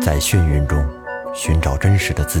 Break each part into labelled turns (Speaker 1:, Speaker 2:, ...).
Speaker 1: 在眩晕中寻找真实的自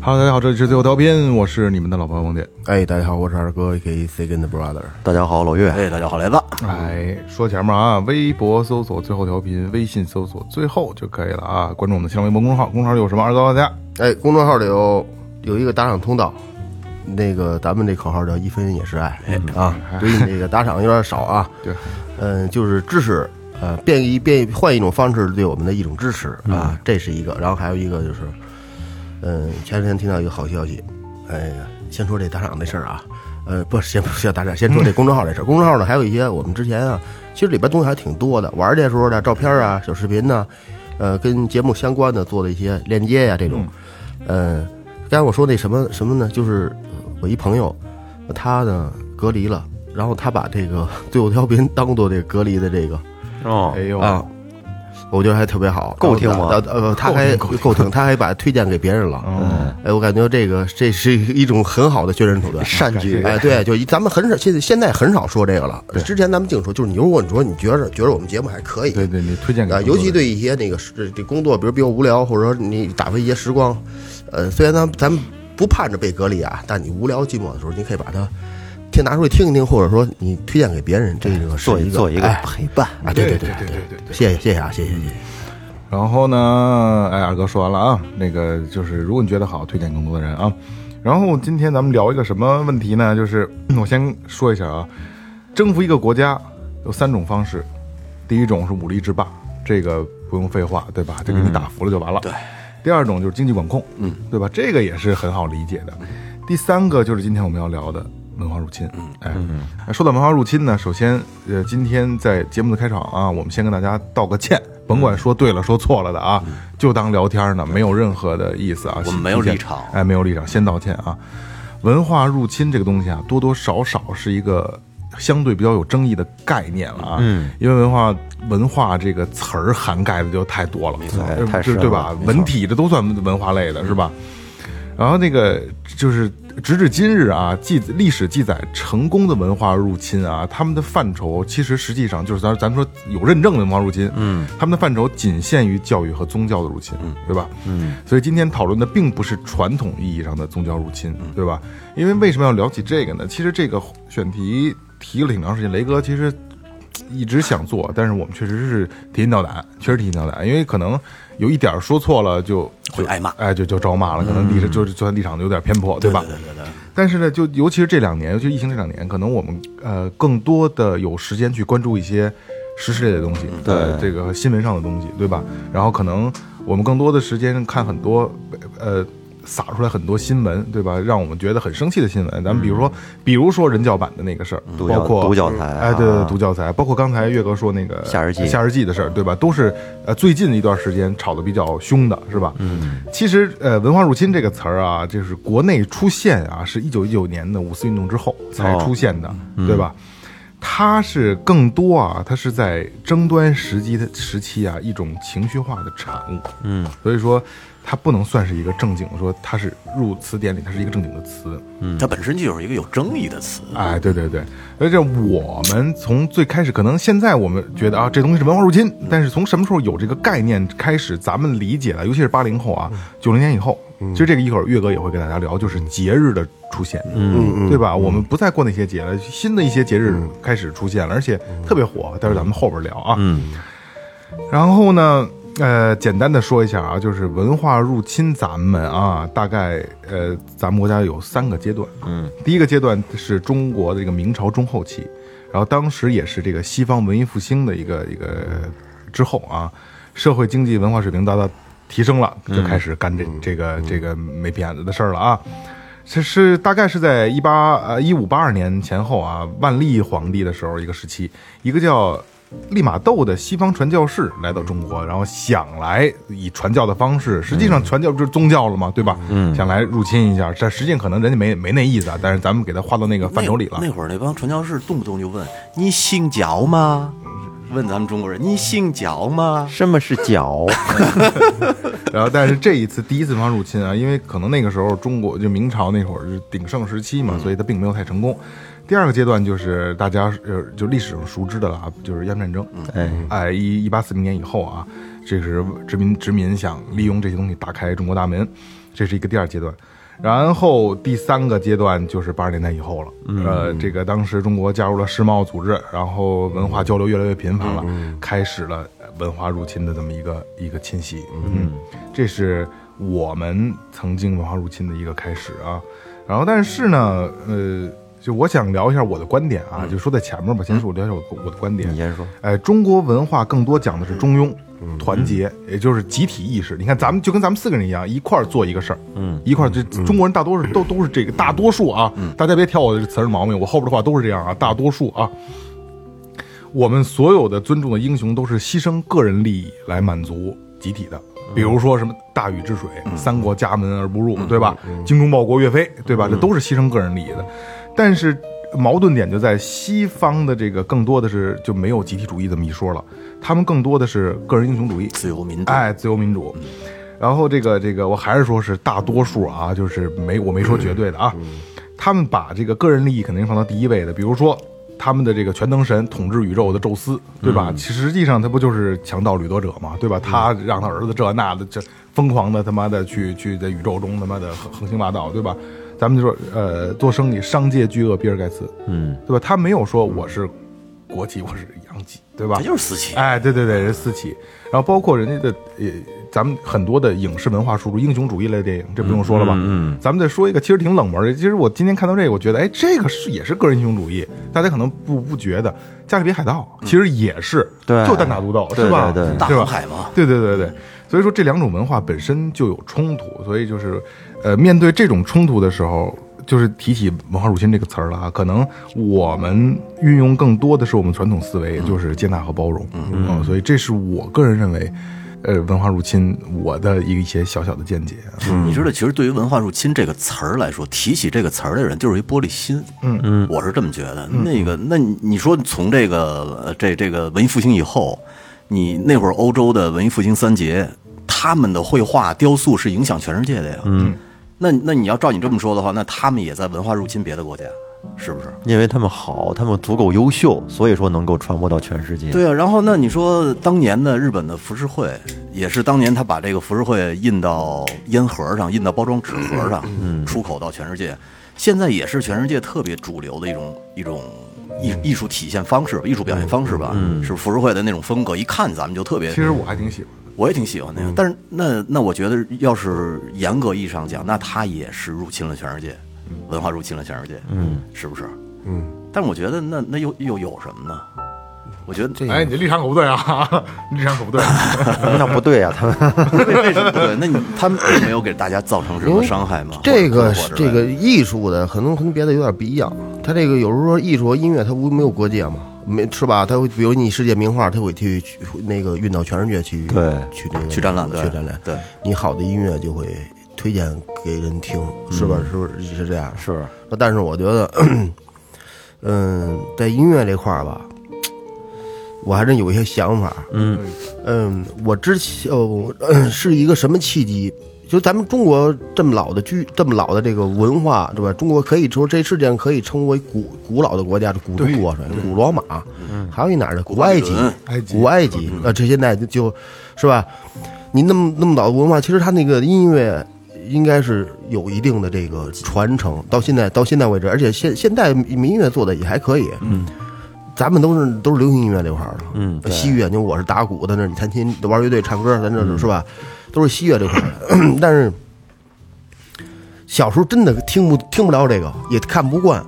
Speaker 2: Hello，大家好，这里是最后调频，我是你们的老朋友王姐。
Speaker 3: 哎，大家好，我是二哥，A.K.A. Second Brother。
Speaker 1: 大家好，老岳。
Speaker 3: 哎，大家好，雷子。
Speaker 2: 哎，说前面啊，微博搜索最后调频，微信搜索最后就可以了啊。关注我们的新浪微博公众号，公众号里有什么二哥告诉大家。
Speaker 3: 哎，公众号里有有一个打赏通道，那个咱们这口号叫“一分也是爱”啊。对你这个打赏有点少啊，
Speaker 2: 对，
Speaker 3: 嗯，就是支持，呃，变一变换一种方式对我们的一种支持啊，这是一个。然后还有一个就是，嗯，前两天听到一个好消息，哎呀，先说这打赏的事儿啊，呃，不，先不要打赏，先说这公众号这事儿。公众号呢，还有一些我们之前啊，其实里边东西还挺多的，玩儿的时候的照片啊、小视频呐、呃，跟节目相关的做的一些链接呀、这种。嗯，刚才我说那什么什么呢？就是呃我一朋友，他呢隔离了，然后他把这个 最后调频当做这个隔离的这个
Speaker 4: 哦
Speaker 2: 哎，呦，
Speaker 3: 啊，我觉得还特别好，
Speaker 4: 够听吗
Speaker 3: 呃呃，他还够听，他还把推荐给别人了。嗯，哎，我感觉这个这是一种很好的宣传手 段，
Speaker 1: 善举
Speaker 3: 哎，对，就一咱们很少，现在现在很少说这个了。之前咱们净说，就是你如果你说你觉着觉着我们节目还可以，
Speaker 2: 对对，你推荐给
Speaker 3: 啊，
Speaker 2: 更多
Speaker 3: 尤其
Speaker 2: 人
Speaker 3: 对一些那个是这工作，比如比较无聊，或者说你打发一些时光，呃，虽然咱咱们不盼着被隔离啊，但你无聊寂寞的时候，你可以把它先拿出来听一听，或者说你推荐给别人，这个是
Speaker 1: 做一
Speaker 3: 一
Speaker 1: 做一个
Speaker 3: 哎
Speaker 1: 陪伴，
Speaker 3: 啊，对
Speaker 2: 对
Speaker 3: 对
Speaker 2: 对对对对
Speaker 3: 谢谢谢谢啊，谢谢谢谢。
Speaker 2: 然后呢，哎，二哥说完了啊，那个就是如果你觉得好，推荐更多的人啊。然后今天咱们聊一个什么问题呢？就是嗯我先说一下啊，征服一个国家有三种方式，第一种是武力制霸，这个不用废话，对吧？就给你打服了就完
Speaker 4: 嗯
Speaker 2: 了。对。第二种就是经济管控，嗯，对吧？这个也是很好理解的。第三个就是今天我们要聊的文化入侵，哎，
Speaker 4: 嗯
Speaker 2: 那说到文化入侵呢，首先，呃，今天在节目的开场啊，我们先跟大家道个歉，甭管说对了说错了的啊，就当聊天呢，没有任何的意思啊，
Speaker 4: 嗯我们没有
Speaker 2: 先
Speaker 4: 立场
Speaker 2: 哎，没有立场，先道歉啊。文化入侵这个东西啊，多多少少是一个相对比较有争议的概念了啊，嗯，因为文化文化这个词儿涵盖的就太多了，没错
Speaker 1: 哎太
Speaker 2: 就
Speaker 1: 深
Speaker 2: 对
Speaker 1: 了
Speaker 2: 吧？
Speaker 1: 没错
Speaker 2: 文体这都算文化类的是吧？然后那个就是直至今日啊，记历史记载成功的文化入侵啊，他们的范畴其实实际上就是咱咱们说有认证的文化入侵，嗯，他们的范畴仅限于教育和宗教的入侵，对吧？嗯，所以今天讨论的并不是传统意义上的宗教入侵，对吧？因为为什么要聊起这个呢？其实这个选题提了挺长时间，雷哥其实一直想做，但是我们确实是提心吊胆，确实提心吊胆，因为可能有一点儿说错了就
Speaker 4: 会挨骂
Speaker 2: 哎，就就招骂了，可能立场就是就算立场有点偏颇，对吧？对对对但是呢，就尤其是这两年，尤其是疫情这两年，可能我们呃更多的有时间去关注一些时事类的东西，嗯对、这个新闻上的东西，对吧？然后可能我们更多的时间看很多呃。撒出来很多新闻，对吧？让我们觉得很生气的新闻，咱们比如说，比如说人教版的那个事儿，
Speaker 1: 独
Speaker 2: 包
Speaker 1: 角
Speaker 2: 括
Speaker 1: 独角台啊
Speaker 2: 哎，对对，独教材，包括刚才岳哥说那个
Speaker 1: 夏日祭
Speaker 2: 夏日祭的事儿，对吧？都是呃最近一段时间吵得比较凶的，是吧？嗯，其实呃文化入侵这个词儿啊，就是国内出现啊，是一九一九年的五四运动之后
Speaker 1: 哦
Speaker 2: 才出现的，
Speaker 1: 嗯
Speaker 2: 对吧？它是更多啊，它是在争端时期的时期啊一种情绪化的产物，嗯，所以说它不能算是一个正经说它是入词典里它是一个正经的词，
Speaker 4: 它本身就是一个有争议的词。
Speaker 2: 哎，对对对，而且我们从最开始，可能现在我们觉得啊，这东西是文化入侵，但是从什么时候有这个概念开始，咱们理解的，尤其是八零后啊，九零年以后，其实这个一会儿岳哥也会跟大家聊，就是节日的出现，嗯，对吧？我们不再过那些节了，新的一些节日开始出现了，而且特别火，待会儿咱们后边聊啊，嗯，然后呢？呃，简单的说一下啊，就是文化入侵咱们啊，大概呃，咱们国家有三个阶段，第一个阶段是中国的这个明朝中后期，然后当时也是这个西方文艺复兴的一个一个之后啊，社会经济文化水平达到提升了，就开始干这、这个这个没鼻子的事儿了啊。这是大概是在一八呃一五八二年前后啊，万历皇帝的时候一个时期，一个叫利玛窦的西方传教士来到中国，然后想来以传教的方式，实际上传教就是宗教了嘛，对吧？嗯，想来入侵一下，但实际上可能人家没没那意思啊，但是咱们给他划到那个范畴里了
Speaker 4: 那。那会儿那帮传教士动不动就问：“你信教吗？”问咱们中国人：“你信教吗
Speaker 5: 什么是脚？
Speaker 2: 然后，但是这一次第一次方入侵啊，因为可能那个时候中国就明朝那会儿是鼎盛时期嘛，所以它并没有太成功。第二个阶段就是大家呃就历史上熟知的了啊，就是鸦片战争。
Speaker 5: 哎，
Speaker 2: 哎，一一八四零年以后啊，这是殖民殖民想利用这些东西打开中国大门，这是一个第二阶段。然后第三个阶段就是八十年代以后了，呃，这个当时中国加入了世贸组织，然后文化交流越来越频繁了，开始了文化入侵的这么一个一个侵袭。嗯，这是我们曾经文化入侵的一个开始啊。然后，但是呢，呃，就我想聊一下我的观点啊，就说在前面吧，先说我聊一下我的我的观点。
Speaker 5: 嗯你先说。嗯
Speaker 2: 哎，中国文化更多讲的是中庸、团结，也就是集体意识。你看，咱们就跟咱们四个人一样，一块儿做一个事儿，嗯，一块儿。这中国人大多数都都是这个大多数啊，
Speaker 5: 嗯
Speaker 2: 大家别挑我这词儿毛病，我后边的话都是这样啊，大多数啊。我们所有的尊重的英雄都是牺牲个人利益来满足集体的，比如说什么大禹治水、三国家门而不入，对吧？精忠报国、岳飞，对吧？这都是牺牲个人利益的。但是矛盾点就在西方的这个更多的是就没有集体主义这么一说了，他们更多的是个人英雄主义、？”
Speaker 4: 自由民嗯主，
Speaker 2: 哎，自由民主。然后这个这个，我还是说是大多数啊，就是没我没说绝对的
Speaker 4: 嗯
Speaker 2: 啊，他们把这个个人利益肯定放到第一位的，比如说。他们的这个全能神统治宇宙的宙斯，对吧？
Speaker 4: 嗯
Speaker 2: 其实际上他不就是强盗掠夺者嘛，对吧？他让他儿子这那的，这疯狂的他妈的去去在宇宙中他妈的横横行霸道，对吧？咱们就说，呃，做生意商界巨鳄比尔盖茨，嗯，对吧？他没有说我是国企，我是洋企，对吧？
Speaker 4: 他就是私企。
Speaker 2: 哎，对对对，人私企，然后包括人家的呃，咱们很多的影视文化输出，英雄主义类的电影，这不用说了吧？嗯，咱们再说一个，其实挺冷门的。其实我今天看到这个，我觉得，哎，这个是也是个人英雄主义，大家可能不不觉得，《加勒比海盗》其实也是，
Speaker 5: 对
Speaker 2: 就单打独斗，是吧？
Speaker 5: 对对对
Speaker 4: 大
Speaker 2: 是吧
Speaker 4: 航？海嘛，
Speaker 2: 对对对对，所以说这两种文化本身就有冲突，所以就是，呃，面对这种冲突的时候，就是提起文化入侵这个词儿了啊，可能我们运用更多的是我们传统思维，就是接纳和包容，嗯、所以这是我个人认为，呃，文化入侵我的一些小小的见解，啊
Speaker 4: 嗯你知道，其实对于“文化入侵”这个词儿来说，提起这个词儿的人就是一玻璃心。嗯嗯，我是这么觉得。那个，那你你说从这个呃这这个文艺复兴以后，你那会儿欧洲的文艺复兴三杰，他们的绘画、雕塑是影响全世界的呀。嗯，那那你要照你这么说的话，那他们也在文化入侵别的国家，是不是？
Speaker 5: 因为他们好，他们足够优秀，所以说能够传播到全世界。
Speaker 4: 对啊，然后那你说当年的日本的浮世绘，也是当年他把这个浮世绘印到烟盒上，印到包装纸盒上，出口到全世界。现在也是全世界特别主流的一种一种艺艺术体现方式吧，艺术表现方式吧，是浮世绘的那种风格，一看咱们就特别
Speaker 2: 其实我还挺喜欢的。
Speaker 4: 我也挺喜欢那个，但是那那我觉得，要是严格意义上讲，那他也是入侵了全世界，文化入侵了全世界，嗯，是不是？嗯，但是我觉得那那又又有什么呢？我觉得这
Speaker 2: 哎，你这立场可不对啊， 立场可不对。
Speaker 5: 那不对啊，他们
Speaker 4: 为什么不对？那你他们并没有给大家造成什么伤害吗？
Speaker 3: 这个
Speaker 4: 或者
Speaker 3: 这个，艺术的可能跟别的有点不一样，它这个有时候艺术和音乐它无没有国界嘛，没是吧？它会比如你世界名画，它会去去那个运到全世界去，
Speaker 5: 对
Speaker 3: 去那个
Speaker 4: 去展览对
Speaker 3: 去展览。
Speaker 4: 对，
Speaker 3: 你好的音乐就会推荐给人听，是吧？是不是是这样？
Speaker 5: 是
Speaker 3: 那但是我觉得， 嗯，在音乐这块儿吧，我还真有一些想法。嗯嗯，我之前呃我呃是一个什么契机？就咱们中国这么老的居，这么老的这个文化，对吧？中国可以说这世界上可以称为古古老的国家，是古中国，是吧古罗马，还有一哪儿的古埃及
Speaker 4: 古巴比伦、
Speaker 2: 嗯埃及
Speaker 3: 古埃及，呃，这些那就就是吧？你那么那么老的文化，其实它那个音乐应该是有一定的这个传承，到现在到现在为止，而且现现代民乐做的也还可以，嗯。咱们都是都是流行音乐这块儿的，嗯，西乐，你看我是打鼓的，那你弹琴、玩乐队、唱歌，咱这是吧？都是西乐这块儿的， 但是小时候真的听不听不着这个，也看不惯，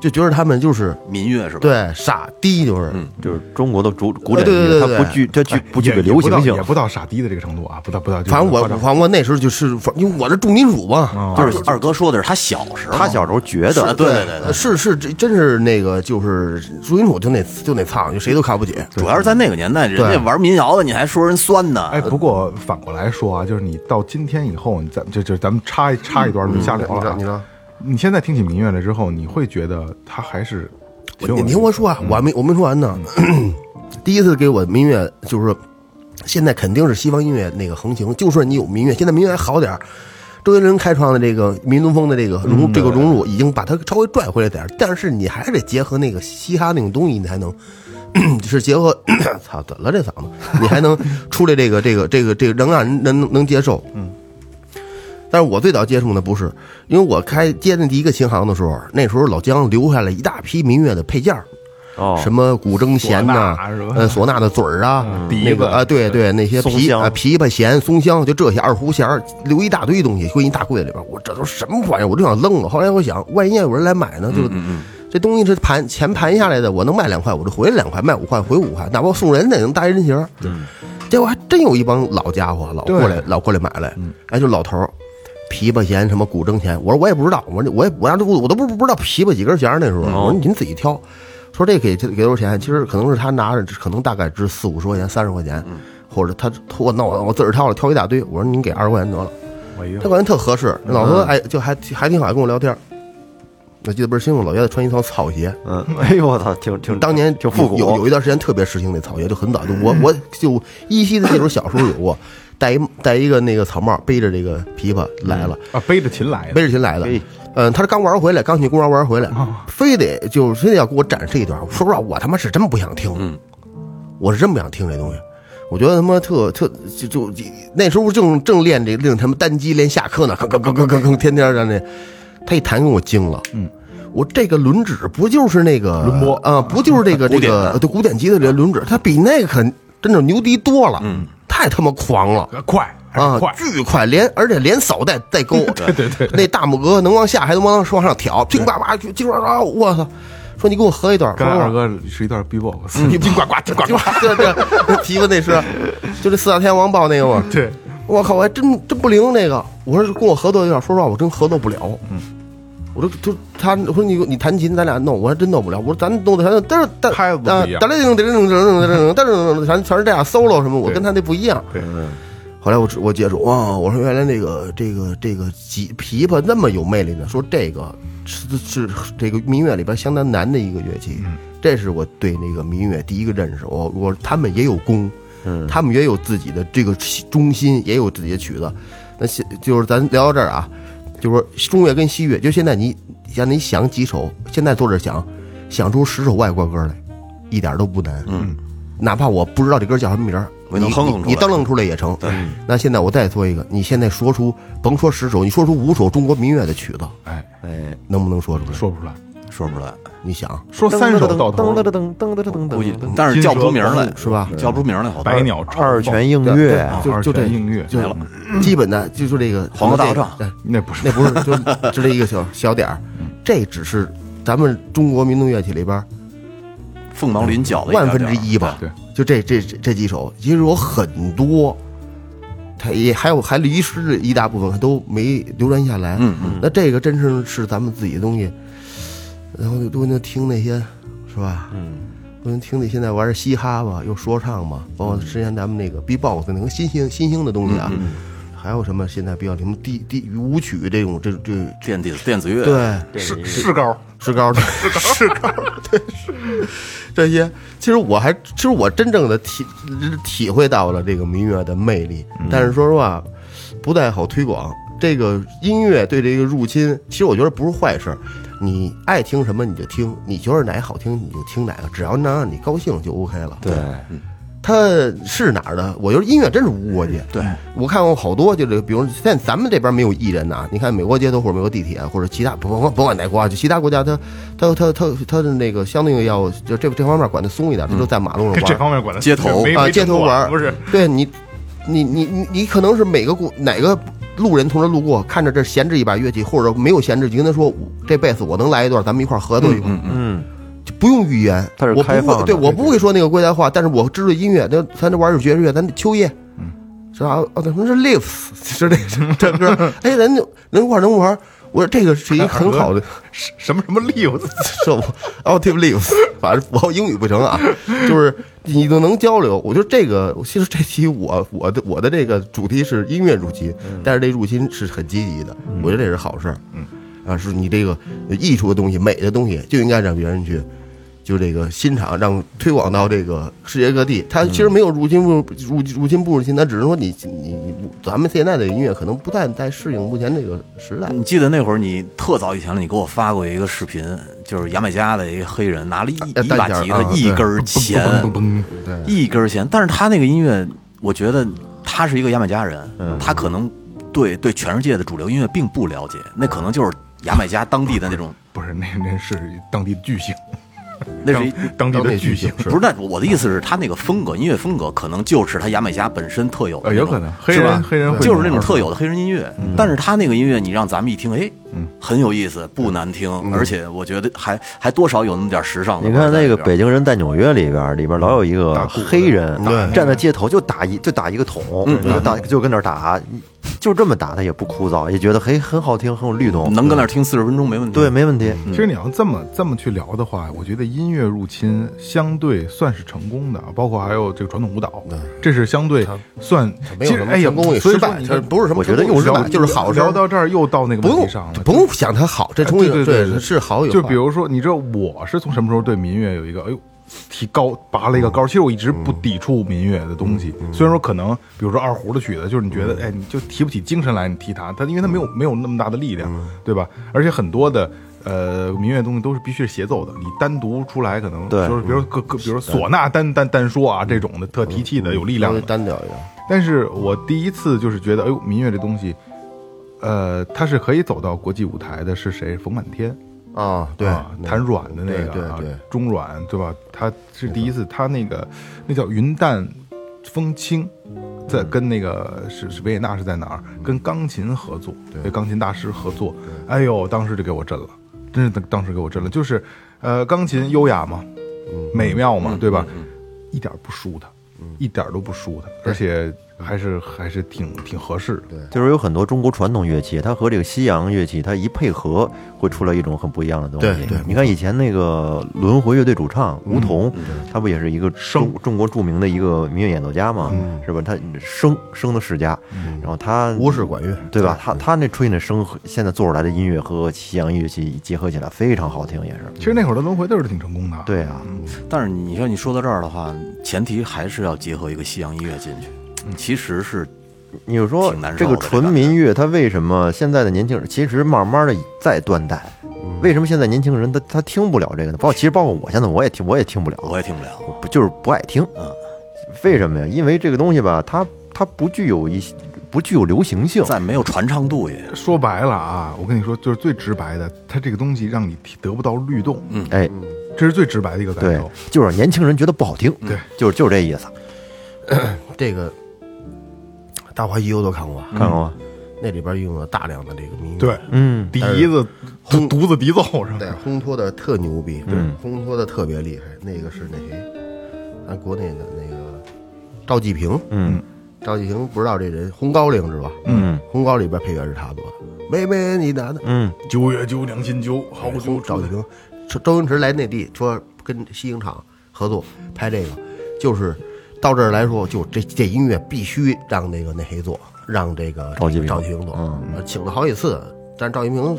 Speaker 3: 就觉得他们就是
Speaker 4: 民乐是吧？，
Speaker 3: 对傻逼，就是
Speaker 4: 嗯
Speaker 5: 就是中国的古古典
Speaker 3: 对
Speaker 5: 乐，
Speaker 3: 对对
Speaker 5: 它
Speaker 3: 对
Speaker 5: 不具它具不具备
Speaker 2: 也
Speaker 5: 流行
Speaker 2: 也不到
Speaker 5: 性
Speaker 2: 也，不到傻逼的这个程度啊，不到不到。
Speaker 3: 反正我
Speaker 2: 就是夸张
Speaker 3: 反正我那时候就是，反因为我是重金属嘛，
Speaker 4: 就是二哥说的是他小时候，
Speaker 5: 他小时候觉
Speaker 4: 是
Speaker 5: 得
Speaker 4: 啊对对对对
Speaker 3: 呃是是真真是那个就是重金属就那就那苍，就谁都看不起。
Speaker 4: 主要是在那个年代，人
Speaker 3: 对
Speaker 4: 家玩民谣的，你还说人酸呢。
Speaker 2: 哎，不过反过来说啊，就是你到今天以后，你咱就就咱们插一插一段儿就瞎聊了
Speaker 3: 你呢
Speaker 2: 啊。
Speaker 3: 你呢？
Speaker 2: 你现在听起民乐来之后，你会觉得它还是挺有
Speaker 3: 你听我说啊，我还没我没说完呢。 第一次给我民乐就是说，现在肯定是西方音乐那个横行，就算你有民乐，现在民乐还好点儿。周杰伦开创的这个民族风的这个融、这个融入，已经把它稍微拽回来点儿，但是你还是得结合那个嘻哈那种东西，你才能。 就是结合， 操，怎么了这嗓子？你还能出来这个这个这个这个能让人能能接受？嗯。但是我最早接触呢，不是因为我开接那第一个琴行的时候，那时候老姜留下了一大批民乐的配件儿，
Speaker 5: 哦，
Speaker 3: 什么古筝弦呐
Speaker 2: 唢呐是吧，
Speaker 3: 呃，唢呐的嘴儿啊，那
Speaker 2: 笛子
Speaker 3: 个啊，对对，那些
Speaker 5: 松
Speaker 3: 琵
Speaker 5: 香
Speaker 3: 啊琵琶弦、松香，就这些二胡弦儿，留一大堆东西归一大柜里边儿。我这都什么玩意儿？我就想扔了。后来我想，万一要有人来买呢，就是这东西是盘钱盘下来的，我能卖两块，我就回来两块；卖五块回五块，哪怕送人那能搭一人情儿。结果还真有一帮老家伙老过来
Speaker 2: 对
Speaker 3: 老过来买来，哎，就老头儿。琵琶弦什么古筝弦，我说我也不知道，我说我也我都不我都不不知道琵琶几根弦儿那时候，我说您自己挑，说这给给多少钱？其实可能是他拿着，可能大概值四五十块钱、三十块钱，或者他我那我我自个儿挑了，挑一大堆，我说您给二十块钱得了，
Speaker 2: 我一
Speaker 3: 这块钱特合适。老头哎就还还挺好，跟我聊天儿。我记得倍儿清楚，老爷子穿一双草鞋，
Speaker 5: 嗯，哎呦我操，挺挺
Speaker 3: 当年
Speaker 5: 挺复古，
Speaker 3: 有有一段时间特别时兴那草鞋，就很早就我我就依稀的记住小时候有过，戴一戴一个那个草帽，背着这个琵琶来了，
Speaker 2: 啊，背着琴来的
Speaker 3: 背着琴来的
Speaker 5: 哎。
Speaker 3: 嗯，他是刚玩回来，刚去公园玩回来，非得就是非得要给我展示一段。说实话，我他妈是真不想听，我是真不想听这东西。我觉得他妈特特就就那时候正正练这练他妈单机练下课呢，吭吭吭吭吭吭，天天让那他一弹给我惊了，嗯。我这个轮指不就是那个
Speaker 2: 轮拨
Speaker 3: 啊、不就是这个这
Speaker 4: 古典
Speaker 3: 个
Speaker 4: 的
Speaker 3: 对古典吉他这轮指，它比那个肯真的牛逼多了，嗯，太他妈狂了，
Speaker 2: 呃快还
Speaker 3: 啊
Speaker 2: 是，快，
Speaker 3: 巨快，连而且连扫带带勾，对
Speaker 2: 对对
Speaker 3: 那大拇哥能往下，还能往上往上挑，乒呱呱，叽呱呱，我操！说你给我合一段，
Speaker 2: 刚才
Speaker 3: 说
Speaker 2: 二哥是一段 B-box，
Speaker 3: 叽呱呱，叽呱 呱，对对，那提个那是，就这四大天王报那个嘛，
Speaker 2: 对，
Speaker 3: 我靠，我还真真不灵那个。我说跟我合作一段，说实话，我真合作不了。嗯，我就就他我说你你弹琴，咱俩弄，我还真弄不了。我说咱弄的咱但是但啊
Speaker 2: 拍子不一样
Speaker 3: 但是但是咱全是这样 solo 什么，我
Speaker 2: 对
Speaker 3: 跟他那不一样。
Speaker 2: 对
Speaker 3: 后来我知我接触哇，我说原来那个这个这个吉琵琶那么有魅力呢，说这个是是这个民乐里边相当难的一个乐器，这是我对那个民乐第一个认识。我我他们也有功，他们也有自己的这个中心，也有自己的曲子。那现就是咱聊到这儿啊，就说中乐跟西乐，就现在你让你想几首，现在坐这儿想，想出十首外国歌来，一点都不难。嗯，哪怕我不知道这歌叫什么名儿，
Speaker 4: 我能
Speaker 3: 你
Speaker 4: 哼哼
Speaker 3: 你
Speaker 4: 出
Speaker 3: 你
Speaker 4: 来
Speaker 3: 当。弄出来也成。那现在我再做一个，你现在说出，甭说十首，你说出五首中国民乐的曲子，
Speaker 2: 哎，
Speaker 5: 哎，
Speaker 3: 能不能说出来？
Speaker 2: 说不出来，
Speaker 4: 说不出来，
Speaker 3: 你想，啊
Speaker 2: 说三首到头
Speaker 5: 噔，噔噔噔噔噔
Speaker 4: 估计
Speaker 5: 噔，，
Speaker 4: 但是叫不出名来，
Speaker 3: 是吧？
Speaker 4: 叫不出名来，好多
Speaker 2: 百鸟朝
Speaker 5: 二
Speaker 2: 凤
Speaker 5: 泉映月，
Speaker 3: 就就这
Speaker 2: 二泉映月
Speaker 3: 就
Speaker 2: 来了
Speaker 3: 基本的就说这个
Speaker 4: 黄河大合唱，嗯
Speaker 3: 哎
Speaker 2: 那不是
Speaker 3: 那不是就就这一个小小点儿，这只是咱们中国民族乐器里边儿
Speaker 4: 凤毛麟角的
Speaker 3: 万
Speaker 4: 点
Speaker 3: 分
Speaker 4: 点
Speaker 3: 之一吧。
Speaker 2: 对，
Speaker 3: 就这这这这几首，其实有很多，它也还有还遗失了一大部分，都没流传下来。
Speaker 4: 嗯
Speaker 3: 那这个真是是咱们自己的东西，然后就都能听那些，是吧？嗯，都能听那现在玩嘻哈吧，又说唱吧，包括之前咱们那个 B-box 那个新兴新兴的东西啊，还有什么现在比较什么低低舞曲这种这这
Speaker 4: 电子电子乐，
Speaker 3: 对。
Speaker 2: 是是高，
Speaker 3: 石膏的，石膏，石膏， 对，是这些。其实我还，其实我真正的体体会到了这个民乐的魅力，但是说实话，不太好推广。这个音乐对这个入侵，其实我觉得不是坏事儿。你爱听什么你就听，你觉得哪个好听你就听哪个，只要能让你高兴就 OK 了。
Speaker 5: 对，
Speaker 3: 它是哪儿的？我觉得音乐真是无国界。对，我看过好多，就是比如现在咱们这边没有艺人呐、你看美国街头或者美国地铁啊或者其他甭甭甭管哪国啊，就其他国家它它它它它的那个相对要就这这方面管的松一点，它就在马路
Speaker 2: 嗯
Speaker 3: 上
Speaker 2: 跟这
Speaker 3: 玩、
Speaker 2: 方面管的
Speaker 4: 街头
Speaker 2: 没
Speaker 3: 啊，
Speaker 2: 没
Speaker 3: 街头
Speaker 2: 整过
Speaker 3: 玩
Speaker 2: 不是，
Speaker 3: 对你你你你你可能是每个国哪个路人同时路过，看着这闲置一把乐器，或者没有闲置，就跟他说我这辈子我能来一段，咱们一块儿合作一块儿。
Speaker 5: 嗯，
Speaker 3: 就不用语言，
Speaker 5: 它是
Speaker 3: 我不
Speaker 5: 开放
Speaker 3: 会，
Speaker 5: 的
Speaker 3: 对我不会说那个归来话，但是我知道音乐，那咱这玩儿爵士乐，咱秋叶，嗯，是吧？哦，咱们是 lives，是这这歌， 哎，咱就能玩儿能玩儿，我说这个是一个很好的，
Speaker 2: 什什么什么理由？
Speaker 3: 是不 active lives，反正我英语不行啊，就是你都能交流。我觉得这个，其实这期我我的我的这个主题是音乐主题，但是这入侵是很积极的，我觉得这是好事。嗯，啊，是你这个艺术的东西、美的东西就应该让别人去。就这个欣赏，让推广到这个世界各地。它其实没有入侵不入入侵不入侵，它只是说你你你，咱们现在的音乐可能不太再适应目前这个时代。
Speaker 4: 你记得那会儿你特早以前了，你给我发过一个视频，就是牙买加的一个黑人拿了一
Speaker 3: 呃
Speaker 4: 一
Speaker 3: 单
Speaker 4: 把
Speaker 3: 弦儿
Speaker 4: 吉
Speaker 3: 啊
Speaker 4: 他，
Speaker 3: 对
Speaker 4: 一根儿弦，
Speaker 2: 嘣嘣，对，
Speaker 4: 一根弦，但是他那个音乐，我觉得他是一个牙买加人，
Speaker 2: 嗯
Speaker 4: 他可能对对全世界的主流音乐并不了解，那可能就是牙买加当地的那种，
Speaker 2: 不是那 那是当地的巨星，
Speaker 4: 那是一
Speaker 2: 当当地
Speaker 3: 当
Speaker 2: 的
Speaker 3: 地
Speaker 2: 巨
Speaker 3: 巨
Speaker 2: 星
Speaker 3: 星，
Speaker 4: 不是？那我的意思是，他那个风格，音乐风格可能就是他牙买加本身特有的
Speaker 2: 呃，
Speaker 4: 那
Speaker 2: 有
Speaker 4: 种，
Speaker 2: 可能黑
Speaker 4: 是吧
Speaker 2: 人黑人会
Speaker 4: 就是那种特有的黑人音乐，但是他那个音乐，你让咱们一听，哎，
Speaker 2: 嗯
Speaker 4: 很有意思，不难听，而且我觉得还还多少有那么点时尚的
Speaker 5: 你
Speaker 4: 味儿在
Speaker 5: 看
Speaker 4: 里边。
Speaker 5: 那个《北京人在纽约》里边，里边老有一个黑人站在街头就打一就打一个桶，
Speaker 4: 嗯
Speaker 5: 就打就跟那儿打，就这么打，他也不枯燥，也觉得嘿很好听，很有律动，
Speaker 4: 能跟那儿嗯听四十分钟没问题，
Speaker 5: 对，没问题。
Speaker 2: 其实你要这么这么去聊的话，我觉得音乐入侵相对算是成功的，包括还有这个传统舞蹈，这是相对算
Speaker 3: 没
Speaker 2: 其实
Speaker 3: 有什么
Speaker 2: 哎呀
Speaker 3: 成功与
Speaker 2: 所以
Speaker 3: 失
Speaker 2: 说
Speaker 3: 败，
Speaker 2: 你
Speaker 3: 它
Speaker 2: 看
Speaker 3: 不是什么
Speaker 5: 我觉
Speaker 3: 成
Speaker 5: 得
Speaker 3: 功与
Speaker 5: 又
Speaker 3: 失
Speaker 5: 是
Speaker 3: 败，就是好事
Speaker 2: 聊
Speaker 3: 儿。
Speaker 2: 到这儿又到那个
Speaker 3: 不
Speaker 2: 问
Speaker 3: 用
Speaker 2: 题上了，
Speaker 3: 不用想它好，这东西
Speaker 2: 哎对对对对
Speaker 3: 它是好有
Speaker 2: 就
Speaker 3: 坏
Speaker 2: 比如说，你知道我是从什么时候对民乐有一个哎呦提高拔
Speaker 3: 嗯
Speaker 2: 了一个高？其实我一直不抵触民乐的东西，虽然说可能比如说二胡的曲子，就是你觉得哎你就提不起精神来，你提它，它因为它没有
Speaker 3: 嗯
Speaker 2: 没有那么大的力量，对吧？而且很多的。呃，民乐的东西都是必须是协奏的，你单独出来可能
Speaker 5: 对
Speaker 2: 就是，比如说各
Speaker 3: 嗯
Speaker 2: 各，比如说唢呐单单单说啊这种的特提气的有力量
Speaker 3: 稍微
Speaker 2: 的，
Speaker 3: 嗯单调一点。
Speaker 2: 但是我第一次就是觉得，哎呦，民乐这东西，呃，它是可以走到国际舞台的，是谁？冯满天，
Speaker 3: 啊，对
Speaker 2: 啊，弹软的那
Speaker 3: 对
Speaker 2: 个，啊
Speaker 3: 对对，
Speaker 2: 中软对吧？他是第一次，他那个那叫云淡风轻，在
Speaker 3: 嗯
Speaker 2: 跟那个是是维也纳是在哪儿？跟钢琴合作，对钢琴大师合作。哎呦，当时就给我震了，真是当当时给我震了，就是呃，钢琴优雅嘛，
Speaker 3: 嗯
Speaker 2: 美妙嘛，对吧？一点儿不输他，一点儿都不输他，而且还是还是挺挺合适的。
Speaker 5: 就是有很多中国传统乐器，它和这个西洋乐器它一配合，会出来一种很不一样的东西。
Speaker 3: 对对
Speaker 5: 你看以前那个轮回乐队主唱吴
Speaker 4: 嗯
Speaker 5: 彤，他不也是一个中中国著名的一个民乐演奏家嘛，
Speaker 4: 嗯
Speaker 5: 是吧？他生生的世家，然后他
Speaker 3: 乌式管乐，
Speaker 5: 对吧？他他那吹那声和现在做出来的音乐和西洋乐器结合起来非常好听，也是。
Speaker 2: 其实那会儿的轮回队是挺成功的，
Speaker 5: 对啊，
Speaker 4: 但是你像你说到这儿的话，前提还是要结合一个西洋音乐进去，
Speaker 5: 嗯
Speaker 4: 其实是
Speaker 5: 你就说
Speaker 4: 挺难受
Speaker 5: 这
Speaker 4: 的
Speaker 5: 个纯民乐，它为什么现在的年轻人其实慢慢的在断代？为什么现在年轻人他他听不了这个呢？包括其实包括我现在我也听我也听不了，
Speaker 4: 我也听不了。
Speaker 5: 我不就是不爱听。
Speaker 4: 嗯，
Speaker 5: 为什么呀？因为这个东西吧，它它不具有一些不具有流行性。
Speaker 4: 再没有传唱度也，
Speaker 2: 说白了啊，我跟你说，就是最直白的，它这个东西让你提得不到律动，
Speaker 5: 哎，
Speaker 2: 这是最直白的一个感
Speaker 5: 对
Speaker 2: 受。，
Speaker 5: 就是年轻人觉得不好听，对，就是就是这意思。
Speaker 3: 这个《大话西游》都看过吧，
Speaker 5: 看过吗？
Speaker 3: 那里边用了大量的这个民乐，
Speaker 2: 嗯对，
Speaker 5: 嗯，
Speaker 2: 笛子、独独自笛奏是
Speaker 3: 对
Speaker 2: 吧？，
Speaker 3: 烘托的特牛逼，对，
Speaker 2: 嗯
Speaker 3: 烘托的特别厉害。那个是那谁，咱国内的那个赵季平，
Speaker 5: 嗯，
Speaker 3: 赵季平不知道这人，《红高粱》是吧？嗯，《红高》里边配乐是他做的，妹妹你拿的，
Speaker 5: 嗯，
Speaker 2: 九月九两心酒，好
Speaker 3: 我
Speaker 2: 酒
Speaker 3: 就赵丽萍，周周星驰来内地说跟西影厂合作拍这个，就是到这儿来说，就这这音乐必须让那个那谁做，让这个
Speaker 5: 赵继平
Speaker 3: 赵继平做，呃请了好几次，但是赵继平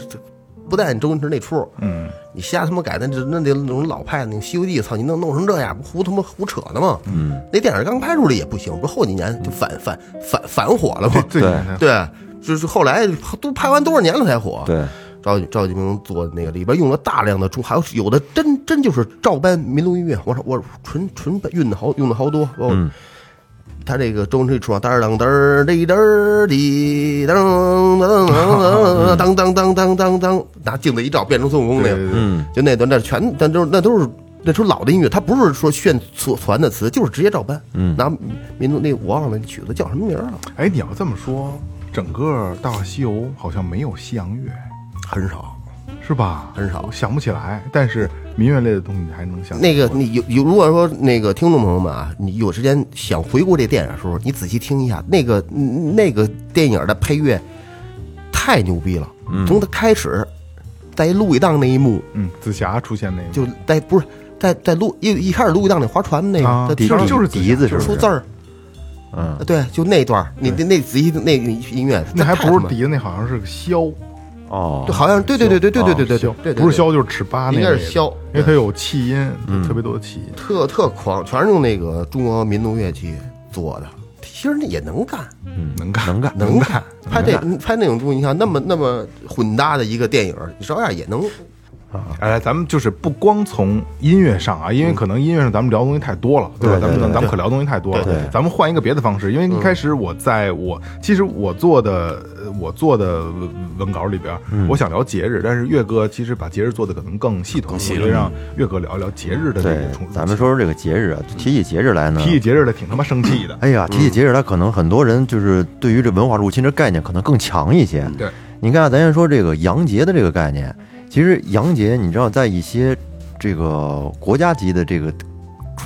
Speaker 3: 不带你周星驰那出，嗯，你瞎他妈改，那那那那种老派那《西游记》，操，你弄弄成这样，不胡他妈胡扯呢吗？嗯，那电影刚拍出来也不行，不是后几年就反反反反火了吗？
Speaker 2: 最简单的
Speaker 3: 对，就是后来都拍完多少年了才火？
Speaker 5: 对，
Speaker 3: 赵赵继平做的那个里边用了大量的中，还有有的真真就是照搬民族音乐，我说我纯纯用的好用的好多。哦他这个周星驰一出场，噔儿噔噔儿滴噔儿滴噔噔噔噔噔噔噔噔，拿镜子一照变成孙悟空那
Speaker 2: 对
Speaker 3: 个，嗯，就那段那全那都是那都是那都是老的音乐，他不是说炫所传的词，就是直接照搬，嗯，拿民族那我忘了那曲子叫什么名儿了，
Speaker 2: 哎，你要这么说，整个《大话西游》好像没有西洋乐，
Speaker 3: 很少。
Speaker 2: 是吧？
Speaker 3: 很少
Speaker 2: 我想不起来。但是民乐类的东西你还能想起来
Speaker 3: 那个，你有有，如果说那个听众朋友们啊，你有时间想回顾这电影的时候，你仔细听一下那个嗯那个电影的配乐，太牛逼了！从它开始，在录一档那一幕，
Speaker 2: 嗯，紫霞出现那个，
Speaker 3: 就在不是在在录一一开始录一档那划船那
Speaker 2: 啊
Speaker 3: 个，在
Speaker 2: 笛
Speaker 3: 听
Speaker 2: 子
Speaker 3: 着
Speaker 2: 就是
Speaker 5: 笛子，是不
Speaker 3: 出
Speaker 5: 是
Speaker 3: 字？儿，
Speaker 5: 嗯，
Speaker 3: 对，就那段儿，你那那仔细那个音乐，
Speaker 2: 那还不是
Speaker 3: 笛，
Speaker 2: 笛子，那好像是个箫，
Speaker 5: 哦
Speaker 3: 就，好像对对对对对对对对
Speaker 2: 箫
Speaker 3: 对，对
Speaker 2: 不是，箫就是尺八那
Speaker 3: 应
Speaker 2: 类
Speaker 3: 该
Speaker 2: 的，
Speaker 3: 是箫嗯
Speaker 2: 因为它有气音，特别多的气音。
Speaker 3: 特特狂，全是用那个中国民族乐器做的，其实那也能干。
Speaker 2: 能干，
Speaker 5: 能干，
Speaker 3: 能干。啊拍这拍那种东西，你看那么那么混搭的一个电影，你照样也 能。
Speaker 2: 哎，咱们就是不光从音乐上
Speaker 5: 嗯
Speaker 2: 啊，因为可能音乐上咱们聊的东西太多了，对吧？咱们咱们可聊的东西太多了，咱们换一个别的方式。因为一开始我在我
Speaker 5: 嗯
Speaker 2: 其实我做的呃我做的文文稿里边，
Speaker 5: 嗯
Speaker 2: 我想聊节日，但是岳哥其实把节日做的可能更系统，我
Speaker 4: 细
Speaker 2: 觉得让岳哥聊一聊节日的这
Speaker 5: 嗯对
Speaker 2: 个冲。，
Speaker 5: 咱们说说这个节日啊，提起节日来呢，
Speaker 2: 提起节日来挺他妈生气的，
Speaker 5: 哎呀，提起节日来，可能很多人就是对于这文化入侵这概念可能更强一些。
Speaker 2: 嗯对，
Speaker 5: 你看啊，咱先说这个洋节的这个概念，其实洋节你知道，在一些这个国家级的这个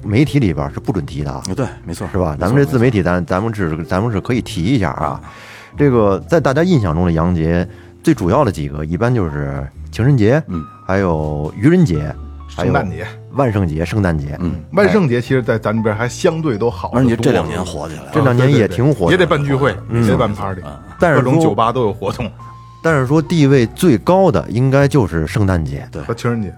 Speaker 5: 媒体里边是不准提的啊，
Speaker 2: 嗯
Speaker 4: 对，没错，
Speaker 5: 是吧？
Speaker 4: 没错
Speaker 5: 咱们这自媒体，咱咱们只咱们是可以提一下啊。这个在大家印象中的洋节，最主要的几个，一般就是情人节，
Speaker 4: 嗯，
Speaker 5: 还有愚人节，还有
Speaker 2: 圣诞节、
Speaker 5: 万圣节、圣诞节，
Speaker 4: 嗯，
Speaker 2: 万圣节，其实在咱这边还相对都好得多。啊
Speaker 4: 而且这两年火起来了，
Speaker 5: 这两年
Speaker 2: 对对
Speaker 5: 也
Speaker 2: 对
Speaker 5: 挺火的
Speaker 2: 也得办聚会，
Speaker 5: 嗯
Speaker 2: 也得办 party，
Speaker 5: 但
Speaker 2: 各
Speaker 5: 是
Speaker 2: 种
Speaker 5: 说
Speaker 2: 酒吧都有活动
Speaker 5: 但是说地位最高的应该就是圣诞节，对，
Speaker 2: 和情人节。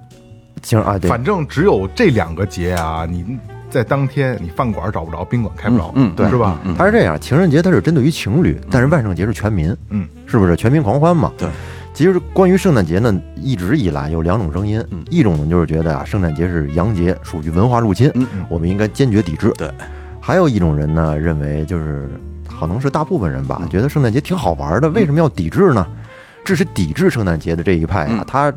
Speaker 5: 情啊对，
Speaker 2: 反正只有这两个节啊，你在当天你饭馆找不着，宾馆开不着，
Speaker 4: 嗯嗯
Speaker 2: 是吧？
Speaker 5: 它是这样，情人节它是针对于情侣，但是万圣节是全民，
Speaker 2: 嗯，
Speaker 5: 是不是全民狂欢嘛？
Speaker 4: 对。
Speaker 5: 其实关于圣诞节呢，一直以来有两种声音，
Speaker 2: 嗯
Speaker 5: 一种呢就是觉得啊，圣诞节是洋节，属于文化入侵，
Speaker 2: 嗯
Speaker 5: 我们应该坚决抵制。
Speaker 4: 对，
Speaker 5: 还有一种人呢，认为就是可能是大部分人
Speaker 2: 嗯
Speaker 5: 吧，觉得圣诞节挺好玩的，为什么要抵制呢？这是抵制圣诞节的这一派
Speaker 2: 嗯
Speaker 5: 啊，他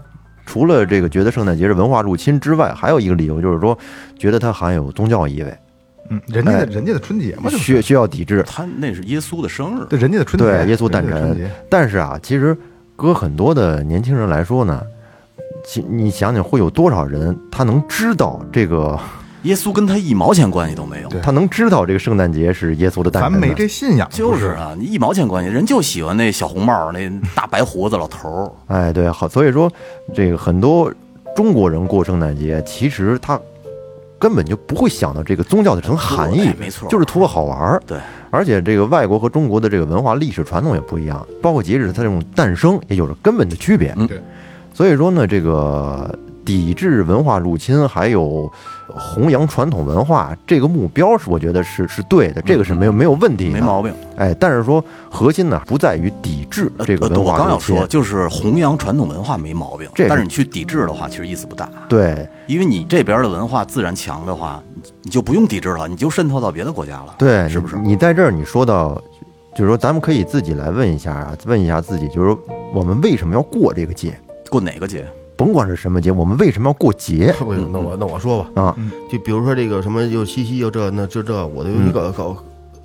Speaker 5: 除了这个觉得圣诞节是文化入侵之外，还有一个理由就是说，觉得它含有宗教意味，
Speaker 2: 嗯，人家
Speaker 5: 哎
Speaker 2: 的人家的春节嘛，就是
Speaker 5: 需需要抵制。
Speaker 4: 他那是耶稣的生日，
Speaker 2: 对人家的春节，
Speaker 5: 对，耶稣诞
Speaker 2: 人家的春
Speaker 5: 辰
Speaker 2: 节。
Speaker 5: 但是啊，其实搁很多的年轻人来说呢，其你想想会有多少人他能知道这个，
Speaker 4: 耶稣跟他一毛钱关系都没有。
Speaker 2: 对
Speaker 5: 他能知道这个圣诞节是耶稣的诞
Speaker 2: 咱
Speaker 5: 辰呢？
Speaker 2: 没这信仰，
Speaker 4: 就是啊，你一毛钱关系，人就喜欢那小红帽、那大白胡子老头儿。
Speaker 5: 哎，对，好，所以说这个很多中国人过圣诞节，其实他根本就不会想到这个宗教的层含义
Speaker 4: 对，没错
Speaker 5: 就是图个好玩儿。
Speaker 4: 对，
Speaker 5: 而且这个外国和中国的这个文化历史传统也不一样，包括节日它这种诞生也有着根本的区别。
Speaker 4: 嗯
Speaker 2: 对，
Speaker 5: 所以说呢，这个抵制文化入侵，还有弘扬传统文化这个目标是我觉得是是对的，这个是没有没有问题的，
Speaker 4: 没毛病。
Speaker 5: 哎，但是说核心呢不在于抵制这个
Speaker 4: 呃对
Speaker 5: 文
Speaker 4: 我
Speaker 5: 化
Speaker 4: 刚
Speaker 5: 入
Speaker 4: 要
Speaker 5: 侵
Speaker 4: 说，，就是弘扬传统文化没毛病，
Speaker 5: 这是
Speaker 4: 但是你去抵制的话，其实意思不大，
Speaker 5: 对。
Speaker 4: 因为你这边的文化自然强的话，你你就不用抵制了，你就渗透到别的国家了，
Speaker 5: 对，
Speaker 4: 是不是？
Speaker 5: 你在这儿你说到，就是说咱们可以自己来问一下啊，问一下自己，就是说我们为什么要过这个节？
Speaker 4: 过哪个节？
Speaker 5: 甭管是什么节，我们为什么要过节
Speaker 3: 那我那我说吧，
Speaker 5: 啊？
Speaker 3: 就比如说这个什么又七夕又这那这这，我都有一个搞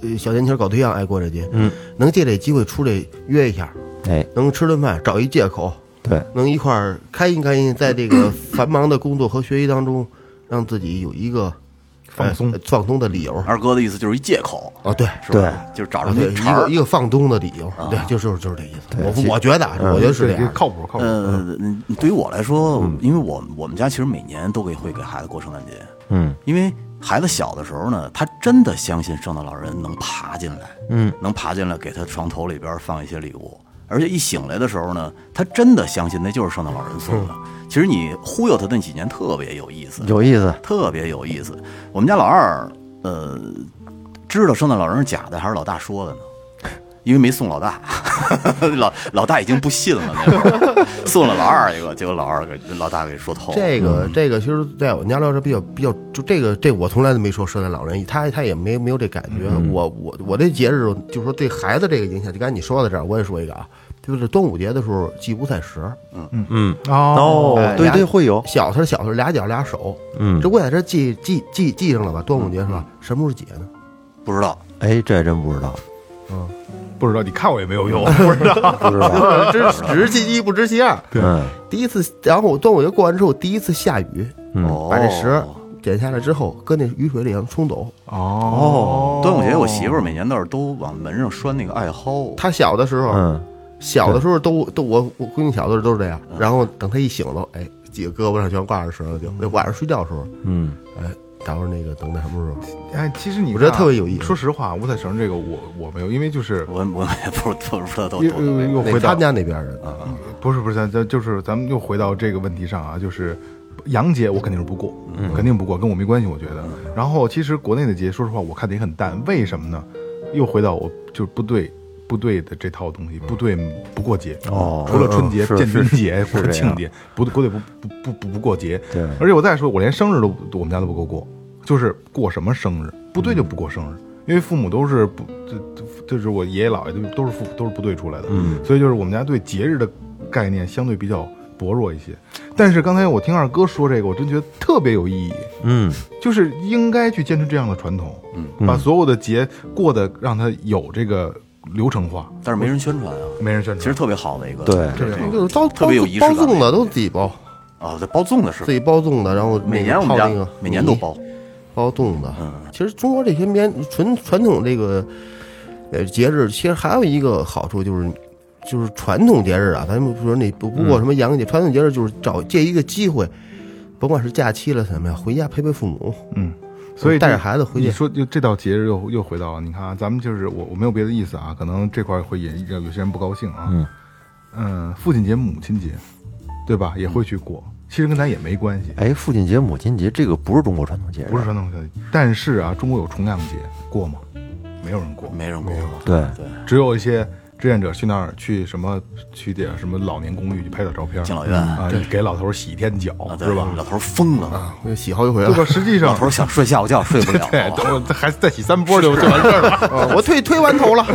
Speaker 3: 呃小年轻搞对象爱过这节，
Speaker 5: 嗯，
Speaker 3: 能借这机会出来约一下，
Speaker 5: 哎，
Speaker 3: 能吃顿饭，找一借口，
Speaker 5: 对，
Speaker 3: 能一块儿开心开心，在这 个繁忙的工作和学习当中，让自己有一个
Speaker 2: 放松
Speaker 3: 呃放松的理由。
Speaker 4: 二哥的意思就是一借口，
Speaker 3: 啊，对，啊
Speaker 4: 是吧？就是找着
Speaker 3: 对，
Speaker 4: 那
Speaker 3: 一
Speaker 4: 茬
Speaker 3: 个
Speaker 4: 儿
Speaker 3: 一。个放松的理由，对，就是就是这意思。我我觉得啊，我觉得是
Speaker 2: 这
Speaker 3: 这样
Speaker 2: 个
Speaker 3: 的。
Speaker 2: 靠谱靠谱。
Speaker 4: 呃，
Speaker 3: 嗯
Speaker 4: 对于我来说，因为我我们家其实每年都给会给孩子过圣诞节，
Speaker 5: 嗯，
Speaker 4: 因为孩子小的时候呢，他真的相信圣诞老人能爬进来，
Speaker 5: 嗯，
Speaker 4: 能爬进来给他床头里边放一些礼物，而且一醒来的时候呢，他真的相信那就是圣诞老人送的。
Speaker 3: 嗯
Speaker 4: 其实你忽悠他那几年特别有意思，
Speaker 5: 有意思，
Speaker 4: 特别有意思。我们家老二，呃，知道圣诞老人是假的还是老大说的呢？ 因为没送老大， 老老大已经不信了，那会儿 送了老二一个，结果老二给老大给说透了。
Speaker 3: 这个
Speaker 5: 嗯
Speaker 3: 这个，其实在我们家来说比较比较，就这个这我从来都没说圣诞老人，他他也没没有这感觉。
Speaker 5: 嗯
Speaker 3: 我我我这节日就是说对孩子这个影响，就刚才你说到这儿，我也说一个啊，就是端午节的时候系五彩石，
Speaker 5: 嗯，
Speaker 2: 哦，
Speaker 5: 哦，对对，会有，
Speaker 3: 小的小的时候俩脚俩手，
Speaker 5: 嗯
Speaker 3: 这，五彩石系系系 系上了吧？端午节是吧？什么时候解呢？
Speaker 4: 不知道，
Speaker 5: 哎，这还真不知道，
Speaker 2: 不知道，你看我也没有用，不知道。
Speaker 5: 不知道，
Speaker 3: 知只知其一不知其二。
Speaker 5: 嗯
Speaker 3: 第一次，然后我端午节过完之后，第一次下雨，
Speaker 4: 哦
Speaker 3: 嗯把这蛇点下来之后，搁那雨水里让冲走。
Speaker 2: 哦
Speaker 4: 端午节，我媳妇儿每年倒是都往门上拴那个艾蒿，
Speaker 3: 他小的时候，
Speaker 5: 嗯，
Speaker 3: 小的时候都都我我闺女小的时候都是这样。然后等她一醒了，哎，几个胳膊上全挂着绳了，就那晚上睡觉的时候，
Speaker 5: 嗯，
Speaker 3: 哎，到时候那个等那什么时候，
Speaker 2: 哎，其实你
Speaker 3: 我觉得
Speaker 2: 看
Speaker 3: 特别有意思
Speaker 2: 说实话，五彩绳这个我我没有，因为就是
Speaker 4: 我我也不是不知道都
Speaker 2: 又
Speaker 4: 都
Speaker 2: 又又回
Speaker 3: 那他
Speaker 2: 到
Speaker 3: 们家那边人啊，
Speaker 2: 不是不是，咱咱就是咱们又回到这个问题上啊，就是洋节我肯定是不过，
Speaker 5: 嗯
Speaker 2: 肯定不过，跟我没关系，我觉得。然后其实国内的节，说实话，我看的也很淡，为什么呢？又回到我就是部队部队的这套东西，部队不过节，
Speaker 5: 嗯哦
Speaker 2: 除了春节、
Speaker 5: 嗯是
Speaker 2: 建军节、
Speaker 5: 是这样
Speaker 2: 庆节，不国内不不不不不过节。
Speaker 5: 对
Speaker 2: 而且我再说，我连生日都我们家都不给我过，就是过什么生日，部队就不过生日。因为父母都是不，这这就是我爷爷姥爷都都是部都是部队出来的，嗯，所以就是我们家对节日的概念相对比较薄弱一些。但是刚才我听二哥说这个，我真觉得特别有意义，
Speaker 5: 嗯，
Speaker 2: 就是应该去坚持这样的传统，嗯，把所有的节过得让它有这个流程化，
Speaker 3: 嗯
Speaker 4: 但是没人宣传啊。
Speaker 2: 没人宣
Speaker 4: 其
Speaker 2: 传
Speaker 4: 实。特别好的一个，
Speaker 5: 对
Speaker 4: 这个
Speaker 3: 就是包
Speaker 4: 特
Speaker 3: 包
Speaker 4: 别有仪式
Speaker 3: 包
Speaker 4: 感
Speaker 3: 粽子都自己包，
Speaker 4: 啊，对，包粽子是
Speaker 3: 自己包粽子，然后
Speaker 4: 每年
Speaker 3: 那个
Speaker 4: 我们
Speaker 3: 泡
Speaker 4: 家
Speaker 3: 那个
Speaker 4: 每年都
Speaker 3: 米
Speaker 4: 包，
Speaker 3: 包粽子。
Speaker 2: 嗯
Speaker 3: 其实中国这些民传传统这个呃节日，其实还有一个好处就是，就是传统节日啊，咱们不说那不不过什么洋节，传统节日就是找借一个机会，甭管是假期了什么呀，回家陪陪父母。
Speaker 2: 所以
Speaker 3: 带着
Speaker 2: 这
Speaker 3: 孩子回去
Speaker 2: 你说就这道节日又又回到了，你看啊，咱们就是我我没有别的意思啊，可能这块儿会引有些人不高兴啊。
Speaker 5: 嗯
Speaker 2: 嗯父亲节、母亲节，对吧？也会去过，
Speaker 4: 嗯
Speaker 2: 其实跟咱也没关系，
Speaker 5: 哎，父亲节、母亲节这个不是中国传统节日，
Speaker 2: 不是传统节。但是啊，中国有重阳节，过吗？没有人过，
Speaker 4: 没人过。
Speaker 5: 对，
Speaker 2: 只有一些志愿者去那儿去什么去点什么老年公寓去拍点照片，
Speaker 4: 敬老院
Speaker 2: 啊，给老头儿洗一天脚
Speaker 4: 啊，对
Speaker 2: 是吧？
Speaker 4: 老头儿疯了，
Speaker 3: 我洗好几回
Speaker 2: 对吧？
Speaker 3: 了，
Speaker 2: 实际上，
Speaker 4: 老头儿想睡觉觉睡不了啊
Speaker 2: 对，等我再还再洗三波就就完事儿了。
Speaker 3: 啊我推推完头了。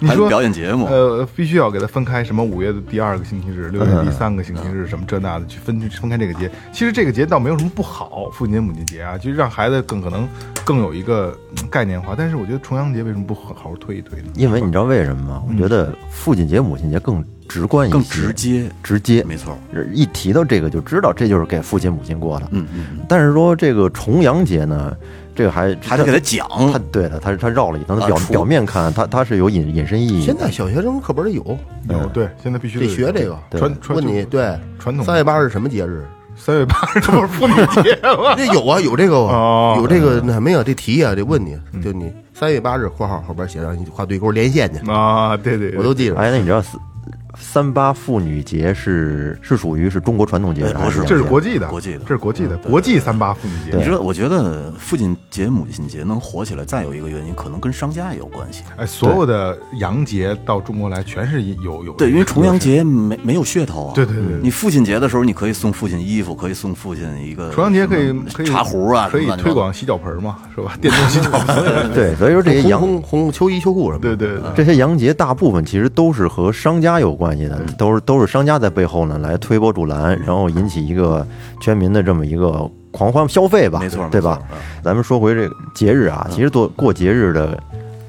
Speaker 2: 你
Speaker 4: 还
Speaker 2: 说
Speaker 4: 表演节目，
Speaker 2: 呃，必须要给它分开，什么五月的第二个星期日，六月第三个星期日，什么这那的，去分分开这个节。其实这个节倒没有什么不好，父亲节、母亲节啊，就是让孩子更可能更有一个嗯概念化。但是我觉得重阳节为什么不好好推一推呢？
Speaker 5: 因为你知道为什么吗？我觉得父亲节、母亲节更直观一些，
Speaker 4: 更直接，
Speaker 5: 直接，
Speaker 4: 没错。
Speaker 5: 一提到这个就知道这就是给父亲、母亲过的。
Speaker 4: 嗯嗯，嗯
Speaker 5: 但是说这个重阳节呢，这个还
Speaker 4: 还得给他
Speaker 5: 他
Speaker 4: 讲，
Speaker 5: 他对的，他他绕了一层，
Speaker 4: 啊
Speaker 5: 表
Speaker 4: 除
Speaker 5: 表面看它它是有隐隐身意义的。
Speaker 3: 现在小学生课本里有，
Speaker 2: 有对，现在必须
Speaker 3: 得学这个
Speaker 2: 传传
Speaker 3: 问你对
Speaker 2: 传统
Speaker 3: 三月八是什么节日？
Speaker 2: 三月八日这不是妇女节 吗？
Speaker 3: 这有啊，有这个
Speaker 2: 哦嗯
Speaker 3: 啊，有这个那什么呀？这题啊，得问你，就你三月八日（括号后边写上你画对勾连线去
Speaker 2: 啊，对对，），
Speaker 3: 我都记着。
Speaker 5: 哎，那你知道三三八妇女节是是属于是中国传统节日
Speaker 4: 哎
Speaker 5: 还是
Speaker 4: 不
Speaker 2: 这是
Speaker 5: 洋节
Speaker 2: 国际的，
Speaker 4: 国际的
Speaker 2: 这是国际的，国际三八妇女
Speaker 4: 你
Speaker 2: 节。
Speaker 4: 知道，我觉得父亲节、母亲节能火起来，再有一个原因，可能跟商家也有关系。
Speaker 2: 哎，所有的洋节到中国来，全是有有
Speaker 4: 对，因为重阳节没没有噱头啊。
Speaker 2: 对对对对
Speaker 4: 你父亲节的时候，你可以送父亲衣服，可以送父亲一个
Speaker 2: 重阳节可以
Speaker 4: 什么
Speaker 2: 可以
Speaker 4: 茶壶啊，
Speaker 2: 可以
Speaker 4: 什么乱七八
Speaker 2: 推
Speaker 4: 糟
Speaker 2: 广洗脚盆嘛，是吧？ 电动洗脚盆。
Speaker 5: 对，所以说这些
Speaker 3: 红
Speaker 5: 洋
Speaker 3: 红红秋衣秋裤什么
Speaker 2: 对
Speaker 3: 的，
Speaker 2: 对对，
Speaker 4: 嗯
Speaker 5: 这些洋节大部分其实都是和商家有关系的，
Speaker 4: 嗯
Speaker 5: 都是都是商家在背后呢来推波助澜，然后引起一个全民的这么一个狂欢消费吧，
Speaker 4: 没错，
Speaker 5: 对吧？
Speaker 4: 没错？嗯
Speaker 5: 咱们说回这个节日啊，其实做过节日的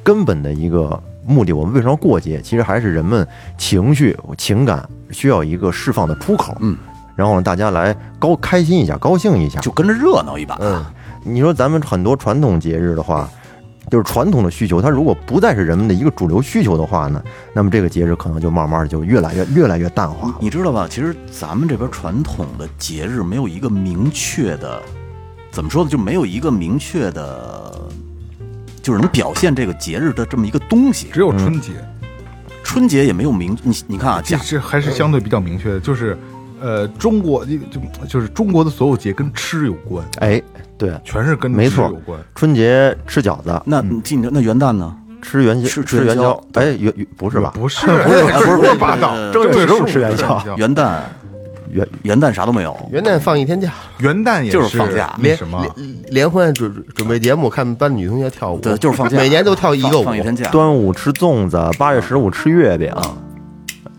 Speaker 5: 根本的一个目的，我们为什么要过节？其实还是人们情绪、情感需要一个释放的出口，
Speaker 4: 嗯，
Speaker 5: 然后呢，大家来高开心一下，高兴一下，
Speaker 4: 就跟着热闹一把。
Speaker 3: 嗯，
Speaker 5: 你说咱们很多传统节日的话，就是传统的需求，它如果不再是人们的一个主流需求的话呢，那么这个节日可能就慢慢的就越来越越来越淡化了。
Speaker 4: 你知道吧？其实咱们这边传统的节日没有一个明确的，怎么说呢？就没有一个明确的，就是能表现这个节日的这么一个东西。
Speaker 2: 只有春节，
Speaker 4: 春节也没有明，你你看啊，
Speaker 2: 其
Speaker 4: 假
Speaker 2: 实还是相对比较明确的，就是，呃，中国就就就是中国的所有节跟吃有关，
Speaker 5: 哎，对，
Speaker 2: 全是跟
Speaker 5: 没
Speaker 2: 吃
Speaker 5: 错
Speaker 2: 有关。
Speaker 5: 春节吃饺子，
Speaker 4: 那你记那元旦呢？
Speaker 5: 吃元宵，
Speaker 4: 吃
Speaker 5: 吃元
Speaker 4: 元宵
Speaker 5: 宵，哎，元元不是吧？
Speaker 2: 不是，不是，
Speaker 4: 不是
Speaker 2: 胡说八道。
Speaker 4: 正
Speaker 5: 月十五
Speaker 2: 吃
Speaker 5: 吃元宵
Speaker 2: 元
Speaker 4: 啊元旦
Speaker 5: 元
Speaker 4: 元旦啥都没有，
Speaker 3: 元旦放一天假，
Speaker 2: 元旦也
Speaker 4: 就是放假
Speaker 2: 那
Speaker 3: 联
Speaker 2: 什么，
Speaker 3: 联联欢准准备节目，看班女同学跳舞，
Speaker 4: 对，就是放假，
Speaker 3: 每年都跳一个
Speaker 4: 放
Speaker 3: 舞
Speaker 4: 放一天假。
Speaker 5: 端午吃粽子，八月十五吃月饼，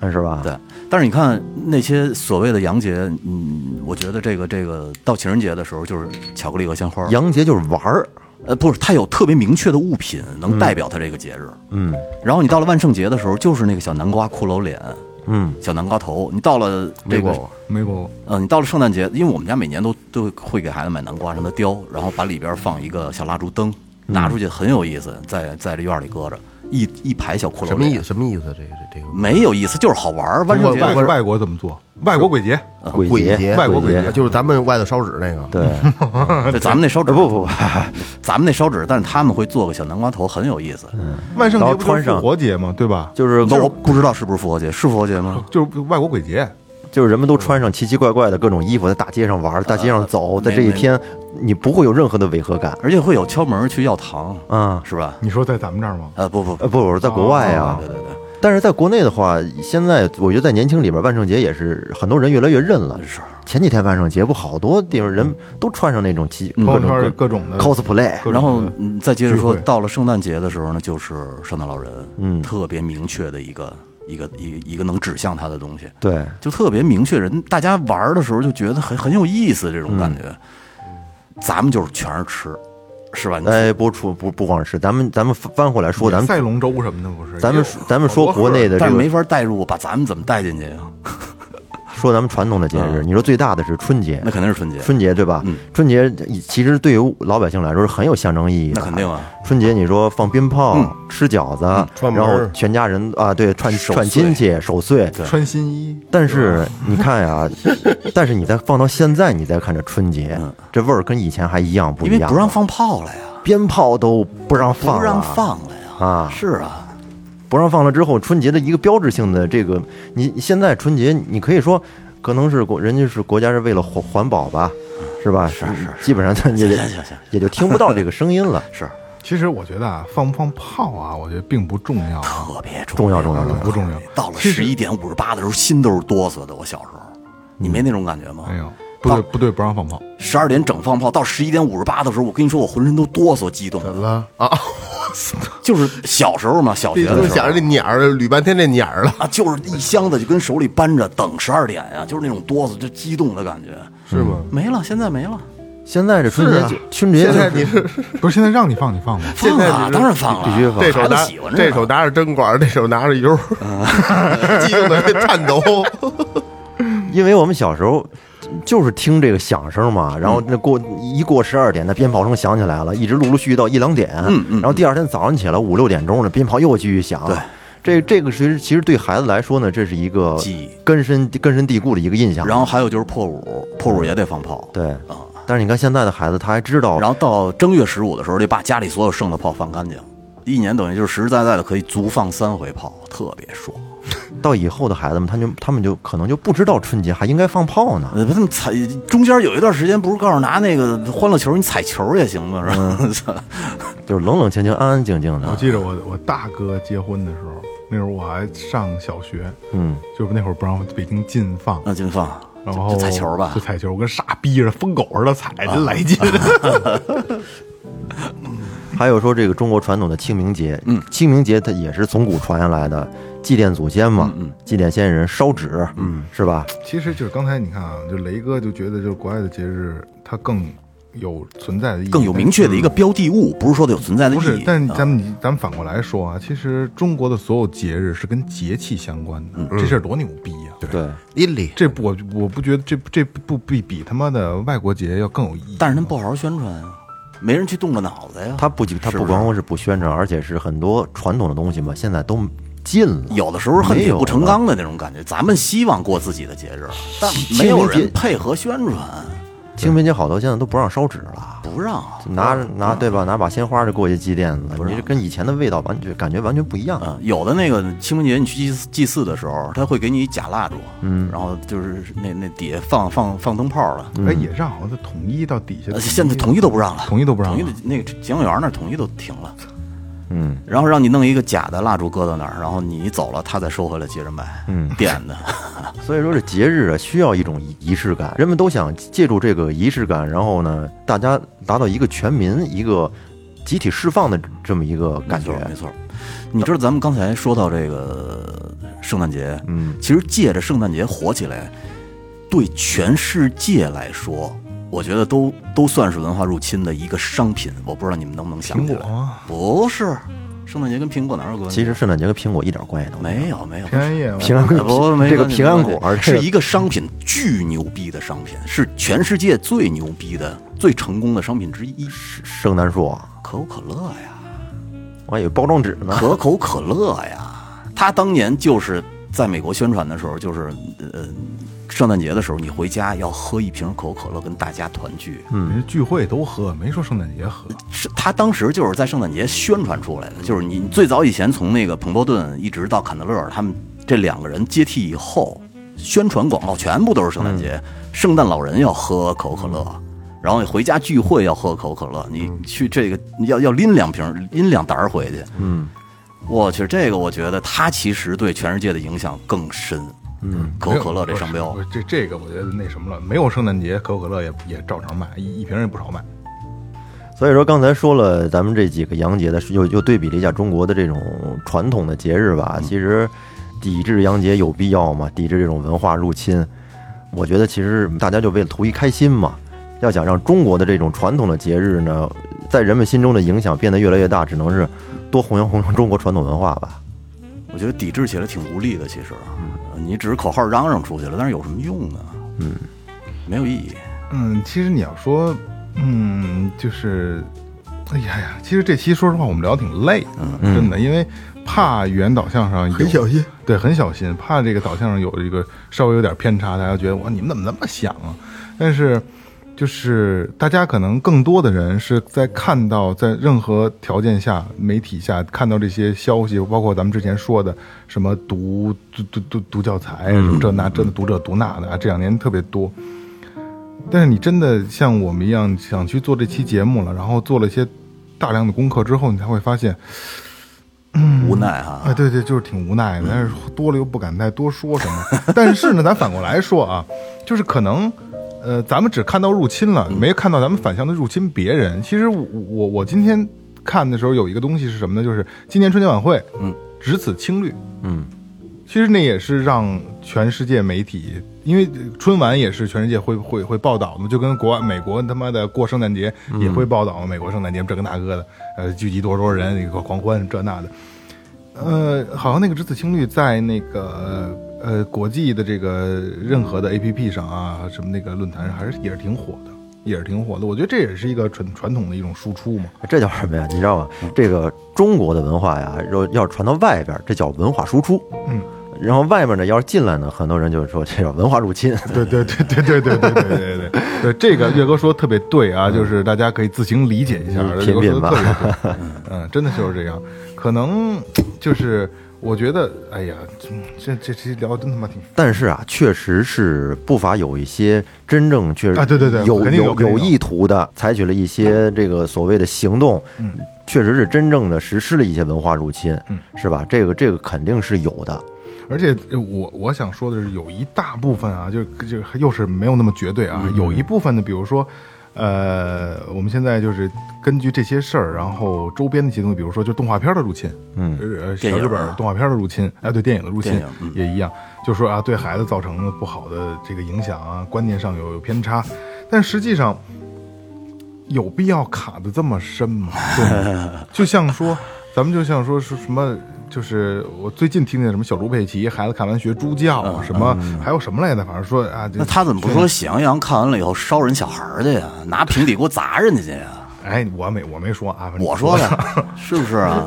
Speaker 5: 嗯是吧？
Speaker 4: 对，但是你看那些所谓的洋节，嗯，我觉得这个这个到情人节的时候就是巧克力和鲜花，
Speaker 5: 洋节就是玩儿，
Speaker 4: 呃，不是，它有特别明确的物品能代表它这个节日。
Speaker 5: 嗯
Speaker 4: 然后你到了万圣节的时候，就是那个小南瓜骷髅脸、
Speaker 5: 嗯
Speaker 4: 小南瓜头。你到了这个，
Speaker 2: 没过
Speaker 4: 呃，你到了圣诞节，因为我们家每年都都会给孩子买南瓜让他雕，然后把里边放一个小蜡烛灯，拿出去很有意思，在在这院里搁着，一一排小骷髅
Speaker 3: 什么意
Speaker 4: 脸
Speaker 3: 思？什么意思？这个这个
Speaker 4: 没有意思，就是好玩儿。万
Speaker 2: 外
Speaker 4: 圣
Speaker 2: 外
Speaker 4: 节
Speaker 2: 外国怎么做？外国鬼节，
Speaker 5: 鬼
Speaker 3: 鬼
Speaker 5: 节
Speaker 2: 外国鬼
Speaker 5: 节
Speaker 2: 节
Speaker 3: 就是咱们外头烧纸那个，
Speaker 5: 对，
Speaker 4: 对咱们那烧纸
Speaker 5: 呃不不不，
Speaker 4: 咱们那烧纸，但是他们会做个小南瓜头，很有意思。
Speaker 2: 万圣
Speaker 5: 然
Speaker 2: 节
Speaker 5: 后
Speaker 2: 不就
Speaker 5: 穿
Speaker 2: 是
Speaker 5: 上
Speaker 2: 复活节吗？对吧？
Speaker 5: 就是
Speaker 4: 那我
Speaker 5: 都
Speaker 4: 不知道是不是复活节，是复活节吗？
Speaker 2: 就是外国鬼节，
Speaker 5: 就是人们都穿上奇奇怪怪的各种衣服，在大街上玩，大街上走，在
Speaker 4: 没
Speaker 5: 这一
Speaker 4: 没
Speaker 5: 天你不会有任何的违和感
Speaker 4: 而且会有敲门去要糖，
Speaker 5: 啊。
Speaker 4: 是吧？
Speaker 2: 你说在咱们这儿吗？
Speaker 4: 呃，不不不
Speaker 5: 呃，，不，我是在国外呀
Speaker 4: 对，对对。
Speaker 5: 但是在国内的话，现在我觉得在年轻里边，万圣节也是很多人越来越认了。
Speaker 4: 是嗯
Speaker 5: 前几天万圣节不好多地方人都穿上那种奇
Speaker 2: 朋
Speaker 5: 各
Speaker 2: 友
Speaker 5: 种
Speaker 2: 圈
Speaker 5: 各
Speaker 2: 里嗯各种的
Speaker 5: cosplay，
Speaker 2: 各种
Speaker 4: 然后
Speaker 2: 的
Speaker 4: 嗯再接着
Speaker 2: 聚
Speaker 4: 说，
Speaker 2: 会
Speaker 4: 到了圣诞节的时候呢，就是圣诞老人，
Speaker 5: 嗯
Speaker 4: 特别明确的一个一个一一个能指向他的东西，
Speaker 5: 对，
Speaker 4: 就特别明确。人大家玩儿的时候就觉得很很有意思，这
Speaker 5: 嗯
Speaker 4: 种感觉。咱们就是全是吃，是吧？你
Speaker 5: 哎，不出不不光是咱们咱们翻回来说，咱们
Speaker 2: 赛龙舟什么的不是？
Speaker 5: 咱们
Speaker 2: 也有
Speaker 5: 咱们说
Speaker 2: 好多
Speaker 5: 国内
Speaker 2: 事
Speaker 5: 的
Speaker 2: 儿
Speaker 4: 但
Speaker 5: 这
Speaker 4: 是
Speaker 5: 个
Speaker 4: 没法带入，把咱们怎么带进去啊呀？
Speaker 5: 说咱们传统的节日，
Speaker 4: 嗯
Speaker 5: 你说最大的是春节
Speaker 4: 那，肯定是春节，
Speaker 5: 春节对吧
Speaker 4: 嗯？
Speaker 5: 春节其实对于老百姓来说是很有象征意义
Speaker 4: 那
Speaker 5: 的。
Speaker 4: 肯定啊。
Speaker 5: 春节你说放鞭炮
Speaker 4: 嗯、
Speaker 5: 吃饺子，
Speaker 3: 串门
Speaker 5: 然
Speaker 3: 儿
Speaker 5: 后全家人啊，对，串
Speaker 4: 守
Speaker 5: 串
Speaker 4: 岁
Speaker 5: 亲戚、守岁，
Speaker 2: 穿新衣，
Speaker 5: 但是你看呀，但是你再放到现在，你再看这春节
Speaker 4: 嗯，
Speaker 5: 这味儿跟以前还一样不
Speaker 4: 因
Speaker 5: 一
Speaker 4: 为
Speaker 5: 样？
Speaker 4: 不让，放炮了呀，
Speaker 5: 鞭炮都不让放，
Speaker 4: 不让，放啊了呀。
Speaker 5: 啊
Speaker 4: 是啊，
Speaker 5: 不让放了之后，春节的一个标志性的这个，你现在春节，你可以说可能是国人家是国家是为了环环保吧，是吧？是是，基本上咱也
Speaker 4: 行行行，
Speaker 5: 也就听不到这个声音了
Speaker 4: 是
Speaker 2: 其实我觉得啊，放不放炮啊，我觉得并不重要 啊，
Speaker 4: 特别重
Speaker 5: 重要重要重要。
Speaker 2: 不重要。
Speaker 4: 到了
Speaker 2: 其实
Speaker 4: 十一点五十八的时候，心都是哆嗦的。我小时候，你没那种感觉吗？
Speaker 2: 没有，哎不对不对，不让放炮。
Speaker 4: 十二点整放炮，到十一点五十八的时候，我跟你说，我浑身都哆嗦，激动。
Speaker 3: 怎么了啊？
Speaker 4: 就是小时候嘛，小学
Speaker 3: 这
Speaker 4: 的
Speaker 3: 就
Speaker 4: 时
Speaker 3: 想着
Speaker 4: 候
Speaker 3: 这鸟儿捋半天这鸟儿了，
Speaker 4: 啊，就是一箱子就跟手里扳着，等十二点呀、就是那种哆嗦、就激动的感觉。
Speaker 3: 是吗？
Speaker 4: 没了，现在没了，
Speaker 5: 现在这春节就，春节
Speaker 3: 现在
Speaker 5: 就
Speaker 3: 你是
Speaker 2: 不是现在让你放你放吧，
Speaker 4: 放
Speaker 3: 在
Speaker 4: 啊，
Speaker 3: 你是
Speaker 4: 当然放了，
Speaker 5: 必须放
Speaker 4: 孩
Speaker 3: 这
Speaker 4: 子
Speaker 3: 手拿
Speaker 4: 喜欢着呢
Speaker 3: 这手拿着针管，那手拿着油，激动的颤抖。
Speaker 5: 因为我们小时候就是听这个响声嘛，然后那过一过十二点，那鞭炮声响起来了，一直陆陆续续到一两点，
Speaker 4: 嗯
Speaker 5: 然后第二天早上起来五六点钟了，鞭炮又继续响。
Speaker 4: 对，
Speaker 5: 这这个其实其实对孩子来说呢，这是一个
Speaker 4: 记忆
Speaker 5: 根深根深蒂固的一个印象。
Speaker 4: 然后还有就是破五，破五也得放炮。
Speaker 5: 对
Speaker 4: 啊，
Speaker 5: 但是你看现在的孩子，他还知道
Speaker 4: 然后到正月十五的时候，得把家里所有剩的炮放干净，一年等于就是实实在在的可以足放三回炮，特别爽。
Speaker 5: 到以后的孩子们，他就他们就可能就不知道春节还应该放炮呢。
Speaker 4: 呃，不，他们踩中间有一段时间，不是告诉拿那个欢乐球，你踩球也行吗？是吧？
Speaker 5: 就是冷冷清清、安安静静
Speaker 2: 我
Speaker 5: 的。
Speaker 2: 记着我我大哥结婚的时候，那时候我还上小学，
Speaker 5: 嗯，
Speaker 2: 就是那会儿不让北京禁放，
Speaker 4: 那金放，
Speaker 2: 然后
Speaker 4: 嗯就踩球吧
Speaker 2: 就。踩球，跟傻逼似的，疯狗似的踩，真来劲。
Speaker 5: 还有说这个中国传统的清明节，
Speaker 4: 嗯
Speaker 5: 清明节它也是从古传下来的，祭奠祖先嘛，
Speaker 4: 嗯嗯
Speaker 5: 祭奠先人，烧纸，嗯，是吧？
Speaker 2: 其实就是刚才你看啊，就雷哥就觉得就是国外的节日它更有存在的意义，
Speaker 4: 更有明确的一个标的物，不是说的有存在的意
Speaker 2: 不是
Speaker 4: 义，。
Speaker 2: 但是
Speaker 4: 啊
Speaker 2: 咱们、咱们反过来说啊，其实中国的所有节日是跟节气相关
Speaker 4: 嗯
Speaker 2: 的，这事儿多牛逼呀、对，
Speaker 5: 对，
Speaker 3: 阴历
Speaker 2: 这不我我不觉得这这不比比他妈的外国节要更有意义。
Speaker 4: 但是他们不好好宣传啊，没人去动过脑子呀。
Speaker 5: 它不仅它
Speaker 4: 是
Speaker 5: 不
Speaker 4: 不
Speaker 5: 光光是不宣传，而且是很多传统的东西嘛，现在都禁了。
Speaker 4: 有的时候恨铁不成
Speaker 5: 没有了
Speaker 4: 钢的那种感觉，咱们希望过自己的节日，但没有人配合宣传，
Speaker 5: 清明节好多现在都不让烧纸了，
Speaker 4: 不让。
Speaker 5: 拿着拿对吧？拿把鲜花就过去祭奠了，你这跟以前的味道完全感觉完全不一样。
Speaker 4: 嗯，有的那个清明节你去祭祀祭祀的时候，他会给你假蜡烛，嗯，然后就是那那底下放放放灯泡了，
Speaker 2: 哎，也让好像在统一到底下
Speaker 4: 嗯呃，现在统一都不让了，
Speaker 2: 统一都不让
Speaker 4: 统一
Speaker 2: 了
Speaker 4: 的。那个节目园那儿统一都停了，
Speaker 5: 嗯，
Speaker 4: 然后让你弄一个假的蜡烛搁到那儿，然后你一走了，他再收回来接着卖，嗯，点的，
Speaker 5: 所以说这节日啊，需要一种仪仪式感，人们都想借助这个仪式感，然后呢，大家达到一个全民一个集体释放的这么一个感觉
Speaker 4: 没。错没错。你知道咱们刚才说到这个圣诞节，
Speaker 5: 嗯，
Speaker 4: 其实借着圣诞节火起来，对全世界来说我觉得都都算是文化入侵的一个商品。我不知道你们能不能想
Speaker 2: 苹
Speaker 4: 起
Speaker 2: 果
Speaker 4: 来，
Speaker 2: 啊，
Speaker 4: 不是圣诞节跟苹果哪有关系？
Speaker 5: 其实圣诞节跟苹果一点关系都没有。
Speaker 4: 没有没有
Speaker 2: 平安夜嘛啊
Speaker 5: 平安
Speaker 4: 呃不没
Speaker 5: 这个
Speaker 4: 关系
Speaker 5: 平安
Speaker 4: 没关
Speaker 5: 果
Speaker 4: 系
Speaker 5: 儿这
Speaker 4: 是
Speaker 5: 个
Speaker 4: 一个商品，巨牛逼的商品，是全世界最牛逼的、最成功的商品之一。
Speaker 5: 圣诞树啊，
Speaker 4: 可口可乐呀，
Speaker 5: 我还以为包装纸 呢。
Speaker 4: 可口可乐呀，它当年就是在美国宣传的时候，就是呃，圣诞节的时候，你回家要喝一瓶可口可乐，跟大家团聚。
Speaker 2: 人家聚会都喝，没说圣诞节喝。
Speaker 4: 是他当时就是在圣诞节宣传出来的，就是你最早以前从那个彭伯顿一直到坎德勒尔，他们这两个人接替以后，宣传广告全部都是圣诞节，圣诞老人要喝可口可乐，然后回家聚会要喝可口可乐，你去这个你要要拎两瓶拎两袋儿回去，嗯，我去，这个我觉得他其实对全世界的影响更深，嗯，可口可乐这商标
Speaker 2: 不是，这这个我觉得那什么了，没有圣诞节可口可乐也也照常卖，一一瓶也不少卖。
Speaker 5: 所以说刚才说了咱们这几个洋节的，又又对比了一下中国的这种传统的节日吧。其实抵制洋节有必要吗？抵制这种文化入侵，我觉得其实大家就为了图一开心嘛。要想让中国的这种传统的节日呢，在人们心中的影响变得越来越大，只能是多弘扬弘扬中国传统文化吧。
Speaker 4: 我觉得抵制起来挺无力的，其实，啊
Speaker 2: 嗯
Speaker 4: 你只是口号嚷嚷出去了，但是有什么用呢？嗯，没有意义。
Speaker 2: 嗯，其实你要说，嗯，就是，哎呀呀，其实这期说实话我们聊得挺累的，真的，因为怕原导向上有
Speaker 3: 嗯很小心，
Speaker 2: 对，很小心，怕这个导向上有这个稍微有点偏差，大家觉得哇，你们怎么那么想啊？但是。就是大家可能更多的人是在看到，在任何条件下、媒体下看到这些消息，包括咱们之前说的什么读读读读读教材，什么这
Speaker 3: 嗯
Speaker 2: 那这读这读那的啊，这两年特别多。但是你真的像我们一样想去做这期节目了，然后做了一些大量的功课之后，你才会发现，
Speaker 4: 无奈哈、
Speaker 2: 啊，对对，就是挺无奈的，但是多了又不敢再多说什么。 但是呢，咱反过来说啊，就是可能，呃，咱们只看到入侵了，没看到咱们反向的入侵别人。其实我我我今天看的时候有一个东西是什么呢？就是今年春节晚会，
Speaker 4: 嗯，
Speaker 2: 只此青绿，嗯，其实那也是让全世界媒体。因为春晚也是全世界会会会报道的嘛，就跟国外美国他妈的过圣诞节也会报道嘛美国圣诞节这个那个的，呃，聚集多少多少人，一个狂欢这那的，呃，好像那个栀子青绿在那个呃国际的这个任何的 APP 上啊，什么那个论坛上，还是也是挺火的，也是挺火的。我觉得这也是一个传传统的一种输出嘛。
Speaker 5: 这叫什么呀？你知道吗？这个中国的文化呀，要要传到外边儿，这叫文化输出。
Speaker 2: 嗯，
Speaker 5: 然后外面呢，要是进来呢，很多人就说这叫文化入侵。
Speaker 2: 对对对对对对对对对对 对，这个岳哥说得特别对啊，就是大家可以自行理解一下，
Speaker 5: 嗯
Speaker 2: 岳哥
Speaker 5: 品
Speaker 2: 说
Speaker 5: 品
Speaker 2: 的
Speaker 5: 吧
Speaker 2: 特别对，嗯，真的就是这样。可能就是我觉得，哎呀，这这期聊得真他妈挺
Speaker 5: 但是啊，确实是不乏有一些真正确实
Speaker 2: 啊对对对
Speaker 5: 有
Speaker 2: 肯定有
Speaker 5: 有
Speaker 2: 肯定有
Speaker 5: 意图的，采取了一些这个所谓的行动，
Speaker 2: 嗯
Speaker 5: 确实是真正的实施了一些文化入侵，
Speaker 2: 嗯
Speaker 5: 是吧？这个这个肯定是有的，
Speaker 2: 而且呃我我想说的是，有一大部分啊，就就又是没有那么绝对啊，有一部分的，比如说，呃，我们现在就是根据这些事儿，然后周边的一些东西，比如说就动画片的入侵，
Speaker 5: 嗯，
Speaker 2: 呃，小
Speaker 4: 电影
Speaker 2: 日本
Speaker 4: 啊
Speaker 2: 动画片的入侵，哎，对电影的入侵
Speaker 4: 电影嗯
Speaker 2: 也一样，就说啊，对孩子造成了不好的这个影响啊，观念上有有偏差，但实际上。有必要卡的这么深吗？对 吗就像说，咱们就像说是什么，就是我最近听见什么小猪佩奇，孩子看完学猪叫啊，什么还有什么来的，反正说啊，这
Speaker 4: 嗯那他怎么不说？喜羊羊看完了以后烧人小孩儿去呀？啊拿平底锅砸人家去呀？
Speaker 2: 哎，我没我没说啊，反正
Speaker 4: 我说的， 是不是啊？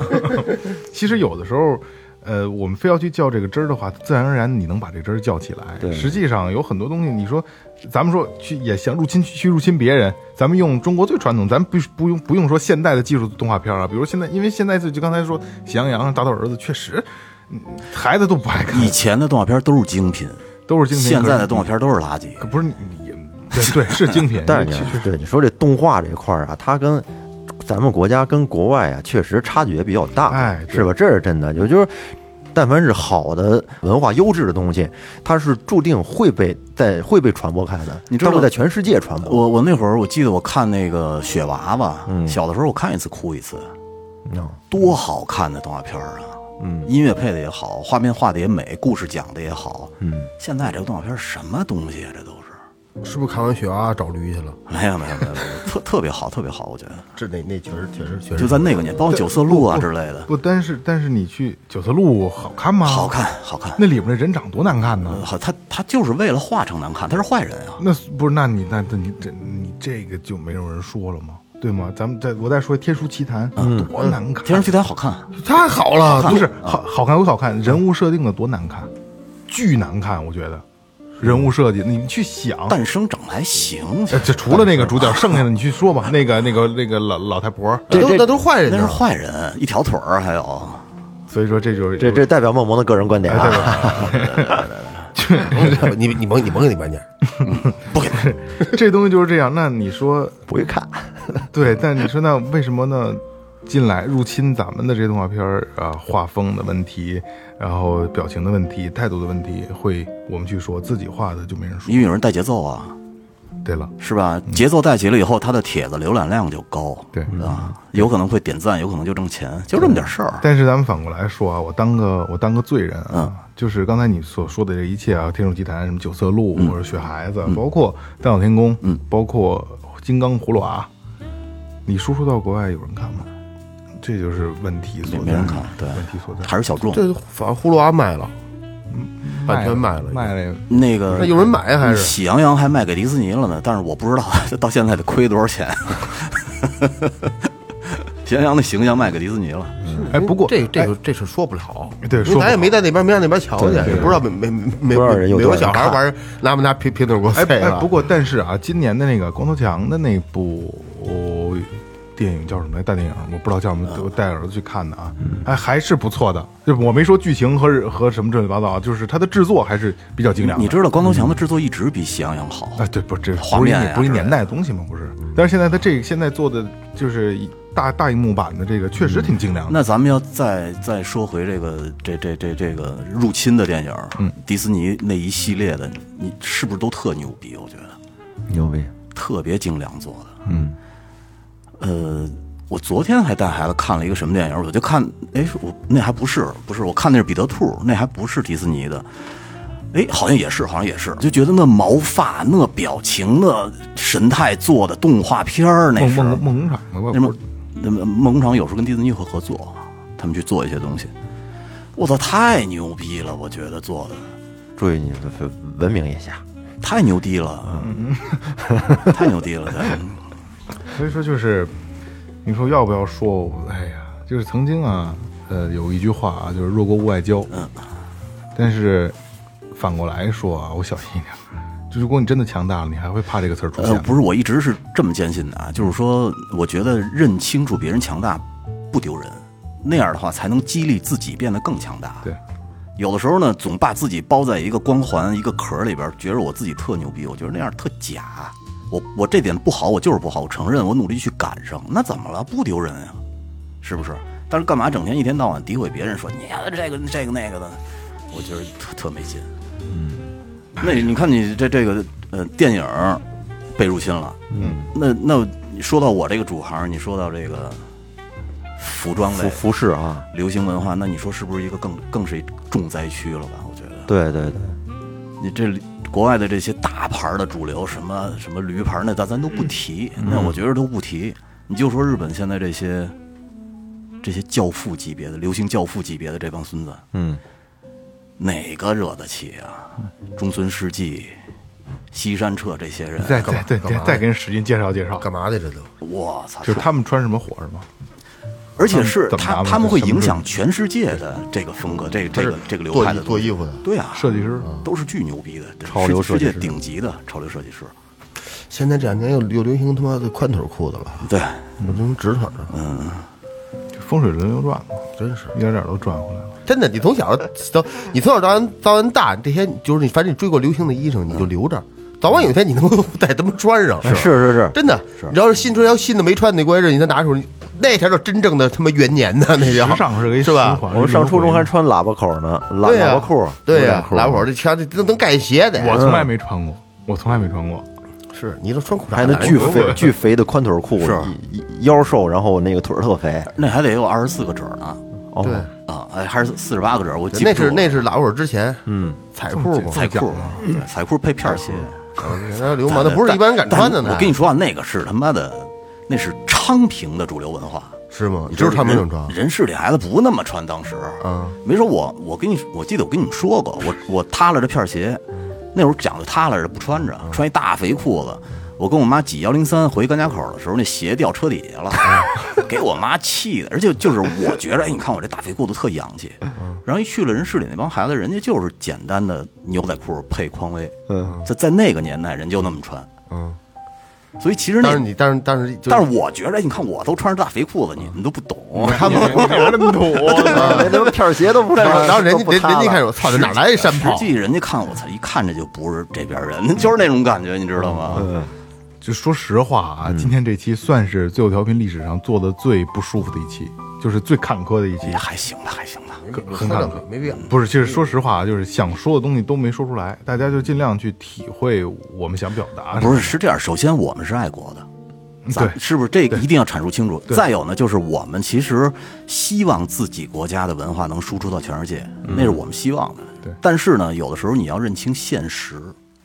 Speaker 2: 其实有的时候，呃，我们非要去较这个真儿的话，自然而然你能把这个真儿较起来。实际上有很多东西，你说，咱们说去也想入侵去入侵别人，咱们用中国最传统，咱不不用不用说现代的技术动画片啊，比如现在，因为现在就就刚才说《喜羊羊》《大头儿子》，确实，嗯孩子都不爱看，
Speaker 4: 以前的动画片都是精品，
Speaker 2: 都是精品。
Speaker 4: 现在
Speaker 2: 可
Speaker 4: 的
Speaker 2: 是
Speaker 4: 动画片都是垃圾。
Speaker 2: 可不是你你对对是精品
Speaker 5: 但是
Speaker 2: 确
Speaker 5: 你
Speaker 2: 确实
Speaker 5: 对你说这动画这一块儿啊，它跟咱们国家跟国外啊，确实差距也比较大，
Speaker 2: 哎对
Speaker 5: 是吧？这是真的，也就是。但凡是好的文化优质的东西，它是注定会被在会被传播开的，
Speaker 4: 你知道
Speaker 5: 它会在全世界传播。
Speaker 4: 我我那会儿我记得我看那个雪娃娃，
Speaker 2: 嗯
Speaker 4: 小的时候我看一次哭一次，
Speaker 5: 嗯
Speaker 4: 多好看的动画片儿啊！嗯，音乐配的也好，
Speaker 5: 嗯
Speaker 4: 画面画的也美，故事讲的也好。嗯，现在这个动画片儿什么东西啊？这都是
Speaker 3: 是不是看完雪娃找驴去了？
Speaker 4: 没有没有没有，没有特特别好，特别好，我觉得
Speaker 3: 这那那确实确实确实
Speaker 4: 就在那个年，包括九色鹿啊之类的，
Speaker 2: 不，但是但是你去九色鹿好看吗？
Speaker 4: 好，看好看。呃
Speaker 2: 那里面的人长多难看呢。
Speaker 4: 好，他他就是为了画成难看，他是坏人啊。
Speaker 2: 那不是？那你那那你这你这个就没有人说了吗？对吗？咱们再我再说《天书奇谭》，啊多难看！
Speaker 4: 《天上奇谭》好看，
Speaker 2: 太好了，不是好好看归好看，人物设定的多难看，巨难看，我觉得人物设计，你们去想。
Speaker 4: 诞生长得还行，
Speaker 2: 呃这除了那个主角，剩下的你去说吧。那个、那个、那个老老太婆，
Speaker 3: 那都
Speaker 5: 这
Speaker 3: 那都是坏人
Speaker 4: 那是
Speaker 3: 呢。
Speaker 4: 坏人，一条腿儿还有。
Speaker 2: 所以说这就是
Speaker 5: 这这代表梦萌的个人观点啊。
Speaker 3: 你你甭你甭给你半价，
Speaker 2: 这东西就是这样。那你说
Speaker 5: 不会看，
Speaker 2: 对，但你说那为什么呢？进来入侵咱们的这些动画片儿啊，画风的问题，然后表情的问题，态度的问题，会我们去说自己画的就没人说。
Speaker 4: 因为有人带节奏啊，
Speaker 2: 对了，
Speaker 4: 是吧？节奏带齐了以后，他的帖子浏览量就高，
Speaker 2: 对
Speaker 4: 啊，有可能会点赞，有可能就挣钱，就这么点事儿。
Speaker 2: 但是咱们反过来说啊，我当个我当个罪人啊，就是刚才你所说的这一切啊，天书奇谭什么九色鹿，或者雪孩子，包括大闹天宫，嗯，包括金刚葫芦娃，你输出到国外有人看吗？这就是问题所在，
Speaker 4: 没人看对
Speaker 2: 问题所在，
Speaker 4: 还是小众，
Speaker 3: 这反正葫芦娃卖了，版权卖了，
Speaker 2: 卖了，
Speaker 4: 那个
Speaker 3: 那有人买还是？
Speaker 4: 喜羊羊啊还卖给迪士尼了呢，但是我不知道 到现在得亏多少钱。 喜羊羊的形象卖给迪士尼了，
Speaker 2: 哎，不过
Speaker 3: 嗯这这
Speaker 2: 哎
Speaker 3: 个这是说不了，
Speaker 2: 对
Speaker 3: 因
Speaker 2: 说
Speaker 3: 为
Speaker 2: 不
Speaker 3: 咱也
Speaker 2: 好
Speaker 3: 没在那边，没让那边瞧去，也不知道美美美
Speaker 5: 不知道人有
Speaker 3: 美
Speaker 5: 多
Speaker 3: 国
Speaker 5: 少人
Speaker 3: 小孩玩拿不拿平平底锅
Speaker 2: 哎
Speaker 3: 碎
Speaker 2: 哎
Speaker 3: 了。
Speaker 2: 不过但是啊，今年的那个光头强的那部电影叫什么来？大电影我不知道叫什
Speaker 4: 嗯
Speaker 2: 么，我带儿子去看的啊，哎，还是不错的。就我没说剧情和和什么乱七八糟啊，就是它的制作还是比较精良的。
Speaker 4: 你知道光头强的制作一直比喜羊羊好，
Speaker 2: 啊，对，不是这
Speaker 4: 画
Speaker 2: 不是一
Speaker 4: 面
Speaker 2: 年
Speaker 4: 呀嗯
Speaker 2: 不是一
Speaker 4: 之类
Speaker 2: 年代的东西吗？不是，但是现在它这个现在做的就是一大大荧幕版的这个
Speaker 4: 嗯
Speaker 2: 确实挺精良的。
Speaker 4: 那咱们要再再说回这个这这这这个入侵的电影，嗯，迪士尼那一系列的，你是不是都特牛逼？我觉得
Speaker 5: 牛逼！
Speaker 4: 特别精良做的，嗯，呃，我昨天还带孩子看了一个什么电影，我就看，哎，我那还不是不是，我看那是彼得兔，那还不是迪士尼的，哎，好像也是，好像也是，就觉得那毛发、那表情、那神态做的动画片儿，那
Speaker 2: 梦
Speaker 4: 是
Speaker 2: 梦梦工厂的吧？
Speaker 4: 那
Speaker 2: 不
Speaker 4: 么
Speaker 2: 是，
Speaker 4: 那么梦工厂有时候跟迪士尼会合作，他们去做一些东西。我操，太牛逼了！我觉得做的
Speaker 5: 注意你文文明一下，
Speaker 4: 太牛逼了，
Speaker 2: 嗯
Speaker 4: 太牛逼了！对
Speaker 2: 所以说就是，你说要不要说？哎呀，就是曾经啊，呃，有一句话啊，就是弱国无外交。嗯。但是反过来说啊，我小心一点，就如果你真的强大了，你还会怕这个词儿出现
Speaker 4: 呃
Speaker 2: 吗？，
Speaker 4: 不是，我一直是这么坚信的啊，就是说，我觉得认清楚别人强大不丢人，那样的话才能激励自己变得更强大。
Speaker 2: 对，
Speaker 4: 有的时候呢，总把自己包在一个光环、一个壳里边，觉得我自己特牛逼，我觉得那样特假。我我这点不好，我就是不好，我承认，我努力去赶上，那怎么了？不丢人呀、是不是？但是干嘛整天一天到晚诋毁别人说，你呀这个这个那个的，我觉得特特没劲。嗯，那你看你这这个呃电影儿被入侵了，嗯，那那说到我这个主行，你说到这个服装类
Speaker 5: 服服饰啊，
Speaker 4: 流行文化，那你说是不是一个更更是一重灾区了吧？我觉得
Speaker 5: 对对对，
Speaker 4: 你这里国外的这些大牌儿的主流，什么什么驴牌儿，那咱咱都不提，那我觉得都不提。你就说日本现在这些这些教父级别的、流行教父级别的这帮孙子，
Speaker 5: 嗯，
Speaker 4: 哪个惹得起啊？中村世纪、西山彻这些人，
Speaker 2: 再再再再再跟史军介绍介绍，
Speaker 3: 干嘛的这都？
Speaker 4: 我操！
Speaker 2: 就是他们穿什么火是吗？
Speaker 4: 而且是
Speaker 2: 怎么拿
Speaker 4: 他
Speaker 2: 嘛
Speaker 4: 他们会
Speaker 2: 什么
Speaker 4: 影
Speaker 2: 是
Speaker 4: 响全世界的这个风格，这个这个这个流
Speaker 3: 做
Speaker 4: 派
Speaker 3: 衣
Speaker 4: 的
Speaker 3: 做衣
Speaker 4: 服，
Speaker 3: 服的，
Speaker 4: 对啊，
Speaker 2: 设计师
Speaker 4: 都是巨牛逼的，
Speaker 5: 潮流
Speaker 4: 世世
Speaker 5: 设计
Speaker 4: 界
Speaker 5: 师
Speaker 4: 顶级的潮流设计师。
Speaker 3: 现在这两年又又流行他妈的宽腿裤子了，
Speaker 4: 对，
Speaker 3: 我都直腿了，
Speaker 2: 就风水轮流转嘛，
Speaker 3: 真是
Speaker 2: 一点点都转回来了。
Speaker 3: 真的。你从小到你从小到完到完大，这些就是你，反正你追过流行的衣裳，你就留着，早晚有一天你能够 再他妈穿上。
Speaker 5: 是是是，
Speaker 3: 真的，你要是新穿条新的没穿的过日子，你再拿出来，那才叫真正的他妈元年呢，那叫
Speaker 2: 时尚是个一
Speaker 3: 哎是
Speaker 2: 循
Speaker 3: 吧？
Speaker 2: 环
Speaker 5: 我们上初中还穿喇叭口呢，喇
Speaker 3: 对呀啊
Speaker 5: 喇叭裤，
Speaker 3: 对
Speaker 5: 呀、
Speaker 3: 呀，喇叭口这全这都能盖鞋的。
Speaker 2: 我从来没穿过，我从来没穿过。
Speaker 3: 是你都穿裤衩
Speaker 5: 还有那
Speaker 3: 来
Speaker 5: 巨
Speaker 3: 着
Speaker 5: 肥巨肥的宽腿裤，
Speaker 4: 是
Speaker 5: 一一腰瘦，然后那个腿儿特肥。
Speaker 4: 那还得有二十四个褶儿呢，
Speaker 5: 哦，
Speaker 3: 对，
Speaker 4: 啊，哎，还是四十八个褶儿，我记不
Speaker 3: 那
Speaker 4: 住
Speaker 3: 是
Speaker 4: 了
Speaker 3: 那是喇叭口之前
Speaker 5: 嗯，
Speaker 3: 彩裤嘛，
Speaker 4: 彩裤，对彩裤配片儿鞋，
Speaker 3: 那流氓那不是一般人敢穿的呢。
Speaker 4: 我跟你说啊，那个是他妈的，那是昌平的主流文化。
Speaker 3: 是吗？
Speaker 4: 你
Speaker 3: 就是他们
Speaker 4: 人
Speaker 3: 能穿。啊
Speaker 4: 人市里孩子不那么穿，当时
Speaker 3: 嗯，
Speaker 4: 没说我，我跟你，我记得我跟你们说过，我我塌拉着片儿鞋，
Speaker 3: 嗯
Speaker 4: 那会儿讲究塌拉着不穿着，穿一大肥裤子。
Speaker 3: 嗯
Speaker 4: 我跟我妈挤幺零三回甘家口的时候，那鞋掉车底下了，
Speaker 3: 嗯
Speaker 4: 给我妈气的。而且就是我觉着，哎，你看我这大肥裤子特洋气。
Speaker 3: 嗯
Speaker 4: 然后一去了人市里那帮孩子，人家就是简单的牛仔裤配匡威，
Speaker 2: 嗯，
Speaker 4: 在在那个年代人就那么穿，
Speaker 2: 嗯。
Speaker 4: 所以其实那
Speaker 3: 但是你，但是但是就嗯
Speaker 4: 但是我觉着，你看我都穿着大肥裤子，你们都不懂。
Speaker 2: 他们不觉那么 土，
Speaker 5: 连他妈片儿鞋都不带
Speaker 3: 啊然后人
Speaker 5: 都
Speaker 3: 家
Speaker 5: 不
Speaker 3: 人
Speaker 5: 擦
Speaker 3: 人家一
Speaker 5: 了
Speaker 3: 开始我哎操，这哪来一山炮
Speaker 4: 实？际人家看我操，一看着就不是这边人， 就是那种感觉，你知道
Speaker 2: 嗯
Speaker 4: 吗？
Speaker 2: 就说实话啊，今天这期算是最后调频历史上做的最不舒服的一期，就是最坎坷的一期
Speaker 4: 也。还行吧，还行吧。
Speaker 2: 很嗯
Speaker 3: 喝
Speaker 2: 坎
Speaker 3: 两
Speaker 2: 坷
Speaker 3: 口，没必要。
Speaker 2: 不是，其实说实话啊，就是想说的东西都没说出来，大家就尽量去体会我们想表达。
Speaker 4: 不是，是这样。首先，我们是爱国的，咱
Speaker 2: 啊嗯对
Speaker 4: 是不是这个一定要阐述清楚？再有呢，就是我们其实希望自己国家的文化能输出到全世界，那是我们希望的。
Speaker 2: 嗯对
Speaker 4: 但是呢，有的时候你要认清现实，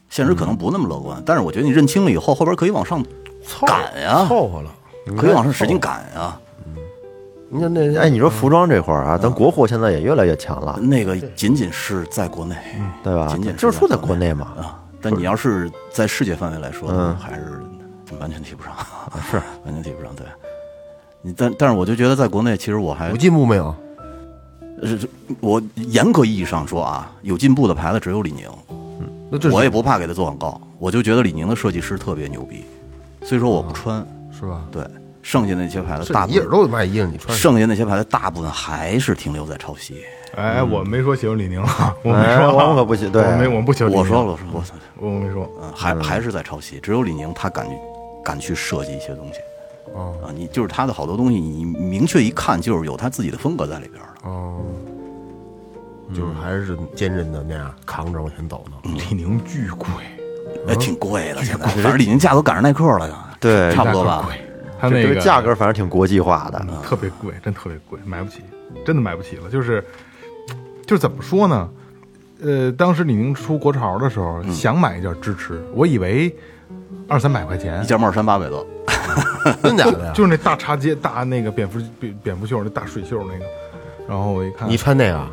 Speaker 4: 现实
Speaker 2: 嗯
Speaker 4: 可能不那么乐观。但是我觉得你认清了以后，后边可以往上赶呀，
Speaker 3: 凑合了。
Speaker 4: 可以往上使
Speaker 2: 哦
Speaker 4: 劲赶呀。
Speaker 3: 你看那
Speaker 5: 哎，你说服装这块儿啊，咱国货现在也越来越强了，
Speaker 4: 那个仅仅是在国内，
Speaker 2: 嗯
Speaker 5: 对吧
Speaker 4: 仅仅？
Speaker 5: 就是说
Speaker 4: 说
Speaker 5: 在国内嘛，
Speaker 4: 啊，但你要是在世界范围来说，
Speaker 3: 嗯
Speaker 4: 还是完全提不上，
Speaker 3: 啊
Speaker 4: 是 完全提不上。对，你但但是我就觉得在国内，其实我还
Speaker 3: 有进步没有？
Speaker 4: 是是我严格意义上说啊，有进步的牌子只有李宁，
Speaker 3: 嗯那这是
Speaker 4: 我也不怕给他做广告，我就觉得李宁的设计师特别牛逼，所以说我不穿。
Speaker 3: 是吧？
Speaker 4: 对，剩下那些牌子
Speaker 3: 啊是
Speaker 4: 大
Speaker 3: 你一
Speaker 4: 部
Speaker 3: 耳
Speaker 4: 分，
Speaker 3: 朵卖衣裳，你穿什
Speaker 4: 剩下那些牌子大部分还是停留在抄袭。
Speaker 2: 哎，我没说喜欢李宁啊， 我没
Speaker 5: 哎
Speaker 2: 说啊，
Speaker 5: 我们可不喜对
Speaker 2: 我没，我们不喜欢李宁。
Speaker 4: 我说了，我说我操，
Speaker 2: 我没说，
Speaker 4: 嗯，还还是在抄袭，只有李宁他敢敢去设计一些东西。
Speaker 3: 哦
Speaker 4: 啊，你就是他的好多东西，你明确一看就是有他自己的风格在里边儿的。
Speaker 3: 么？哦，就是还是坚韧的那样扛着往前走呢。
Speaker 2: 李宁巨贵，
Speaker 4: 哎，挺贵的，现在反正李宁价格赶上耐克了，呀，
Speaker 5: 对
Speaker 4: 差不多吧
Speaker 2: 价格。贵，他
Speaker 5: 这
Speaker 2: 那
Speaker 5: 这
Speaker 2: 个嗯
Speaker 5: 个价格反正挺国际化的，
Speaker 2: 特别贵，真特别贵，买不起，真的买不起了。就是，就是怎么说呢？呃，当时李宁出国潮的时候，想买一件支持，我以为二三百块钱
Speaker 4: 一，件帽衫八百多，
Speaker 3: 真假的呀？
Speaker 2: 就是那大插接大那个蝙蝠蝙蝙蝠袖那大水袖那个。然后我一看，
Speaker 3: 你穿那个，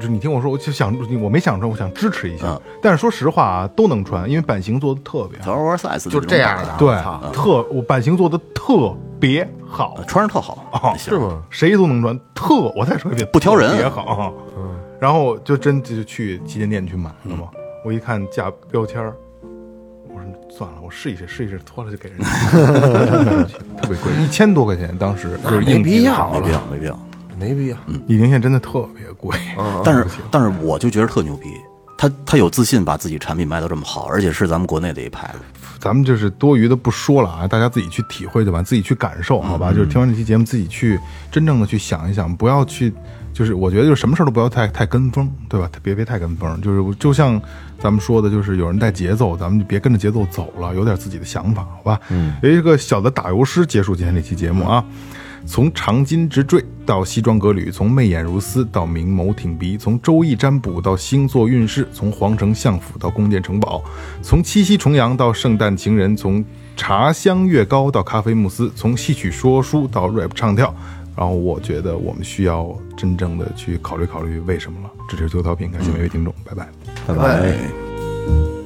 Speaker 2: 就你听我说，我就想我没想穿，我想支持一下。
Speaker 4: 嗯
Speaker 2: 但是说实话啊，都能穿，因为版型做的特别好，
Speaker 4: 他 oversize
Speaker 3: 就
Speaker 4: 那种
Speaker 3: 这样
Speaker 4: 版
Speaker 3: 的啊
Speaker 2: 对
Speaker 3: 操，
Speaker 2: 特我版型做的特别好
Speaker 4: 呃，穿着特好，
Speaker 2: 哦
Speaker 4: 那型
Speaker 3: 是吗？
Speaker 2: 谁都能穿，特我再说一遍，
Speaker 4: 不挑人
Speaker 2: 也好。然后就真就去旗舰店去买了嘛。我一看价标签儿，我说算了，我试一试，试一试，脱了就给人家，特别贵，一千多块钱，当时就是
Speaker 3: 没
Speaker 2: 应
Speaker 3: 必
Speaker 2: 季的
Speaker 3: 要
Speaker 4: 没必
Speaker 3: 了，
Speaker 4: 要，没必要。
Speaker 3: 没必要。
Speaker 2: 李宁现在真的特别贵，
Speaker 4: 但是，但是我就觉得特牛逼，他他有自信把自己产品卖到这么好，而且是咱们国内的一牌子。
Speaker 2: 咱们就是多余的不说了啊，大家自己去体会对吧？自己去感受，好吧？就是听完这期节目，自己去真正的去想一想，不要去，就是我觉得就是什么事儿都不要太太跟风，对吧？别别太跟风，就是就像咱们说的，就是有人带节奏，咱们就别跟着节奏走了，有点自己的想法，好吧？嗯，有一个小的打油诗结束今天这期节目啊。从长巾直坠到西装革履，从媚眼如丝到明眸挺鼻，从周易占卜到星座运势，从皇城相府到宫殿城堡，从七夕重阳到圣诞情人，从茶香月糕到咖啡慕斯，从戏曲说书到 rap 唱跳。然后我觉得我们需要真正的去考虑考虑为什么了。这就是最后调频，感谢每位听众，拜拜。
Speaker 5: 拜拜。
Speaker 4: 哎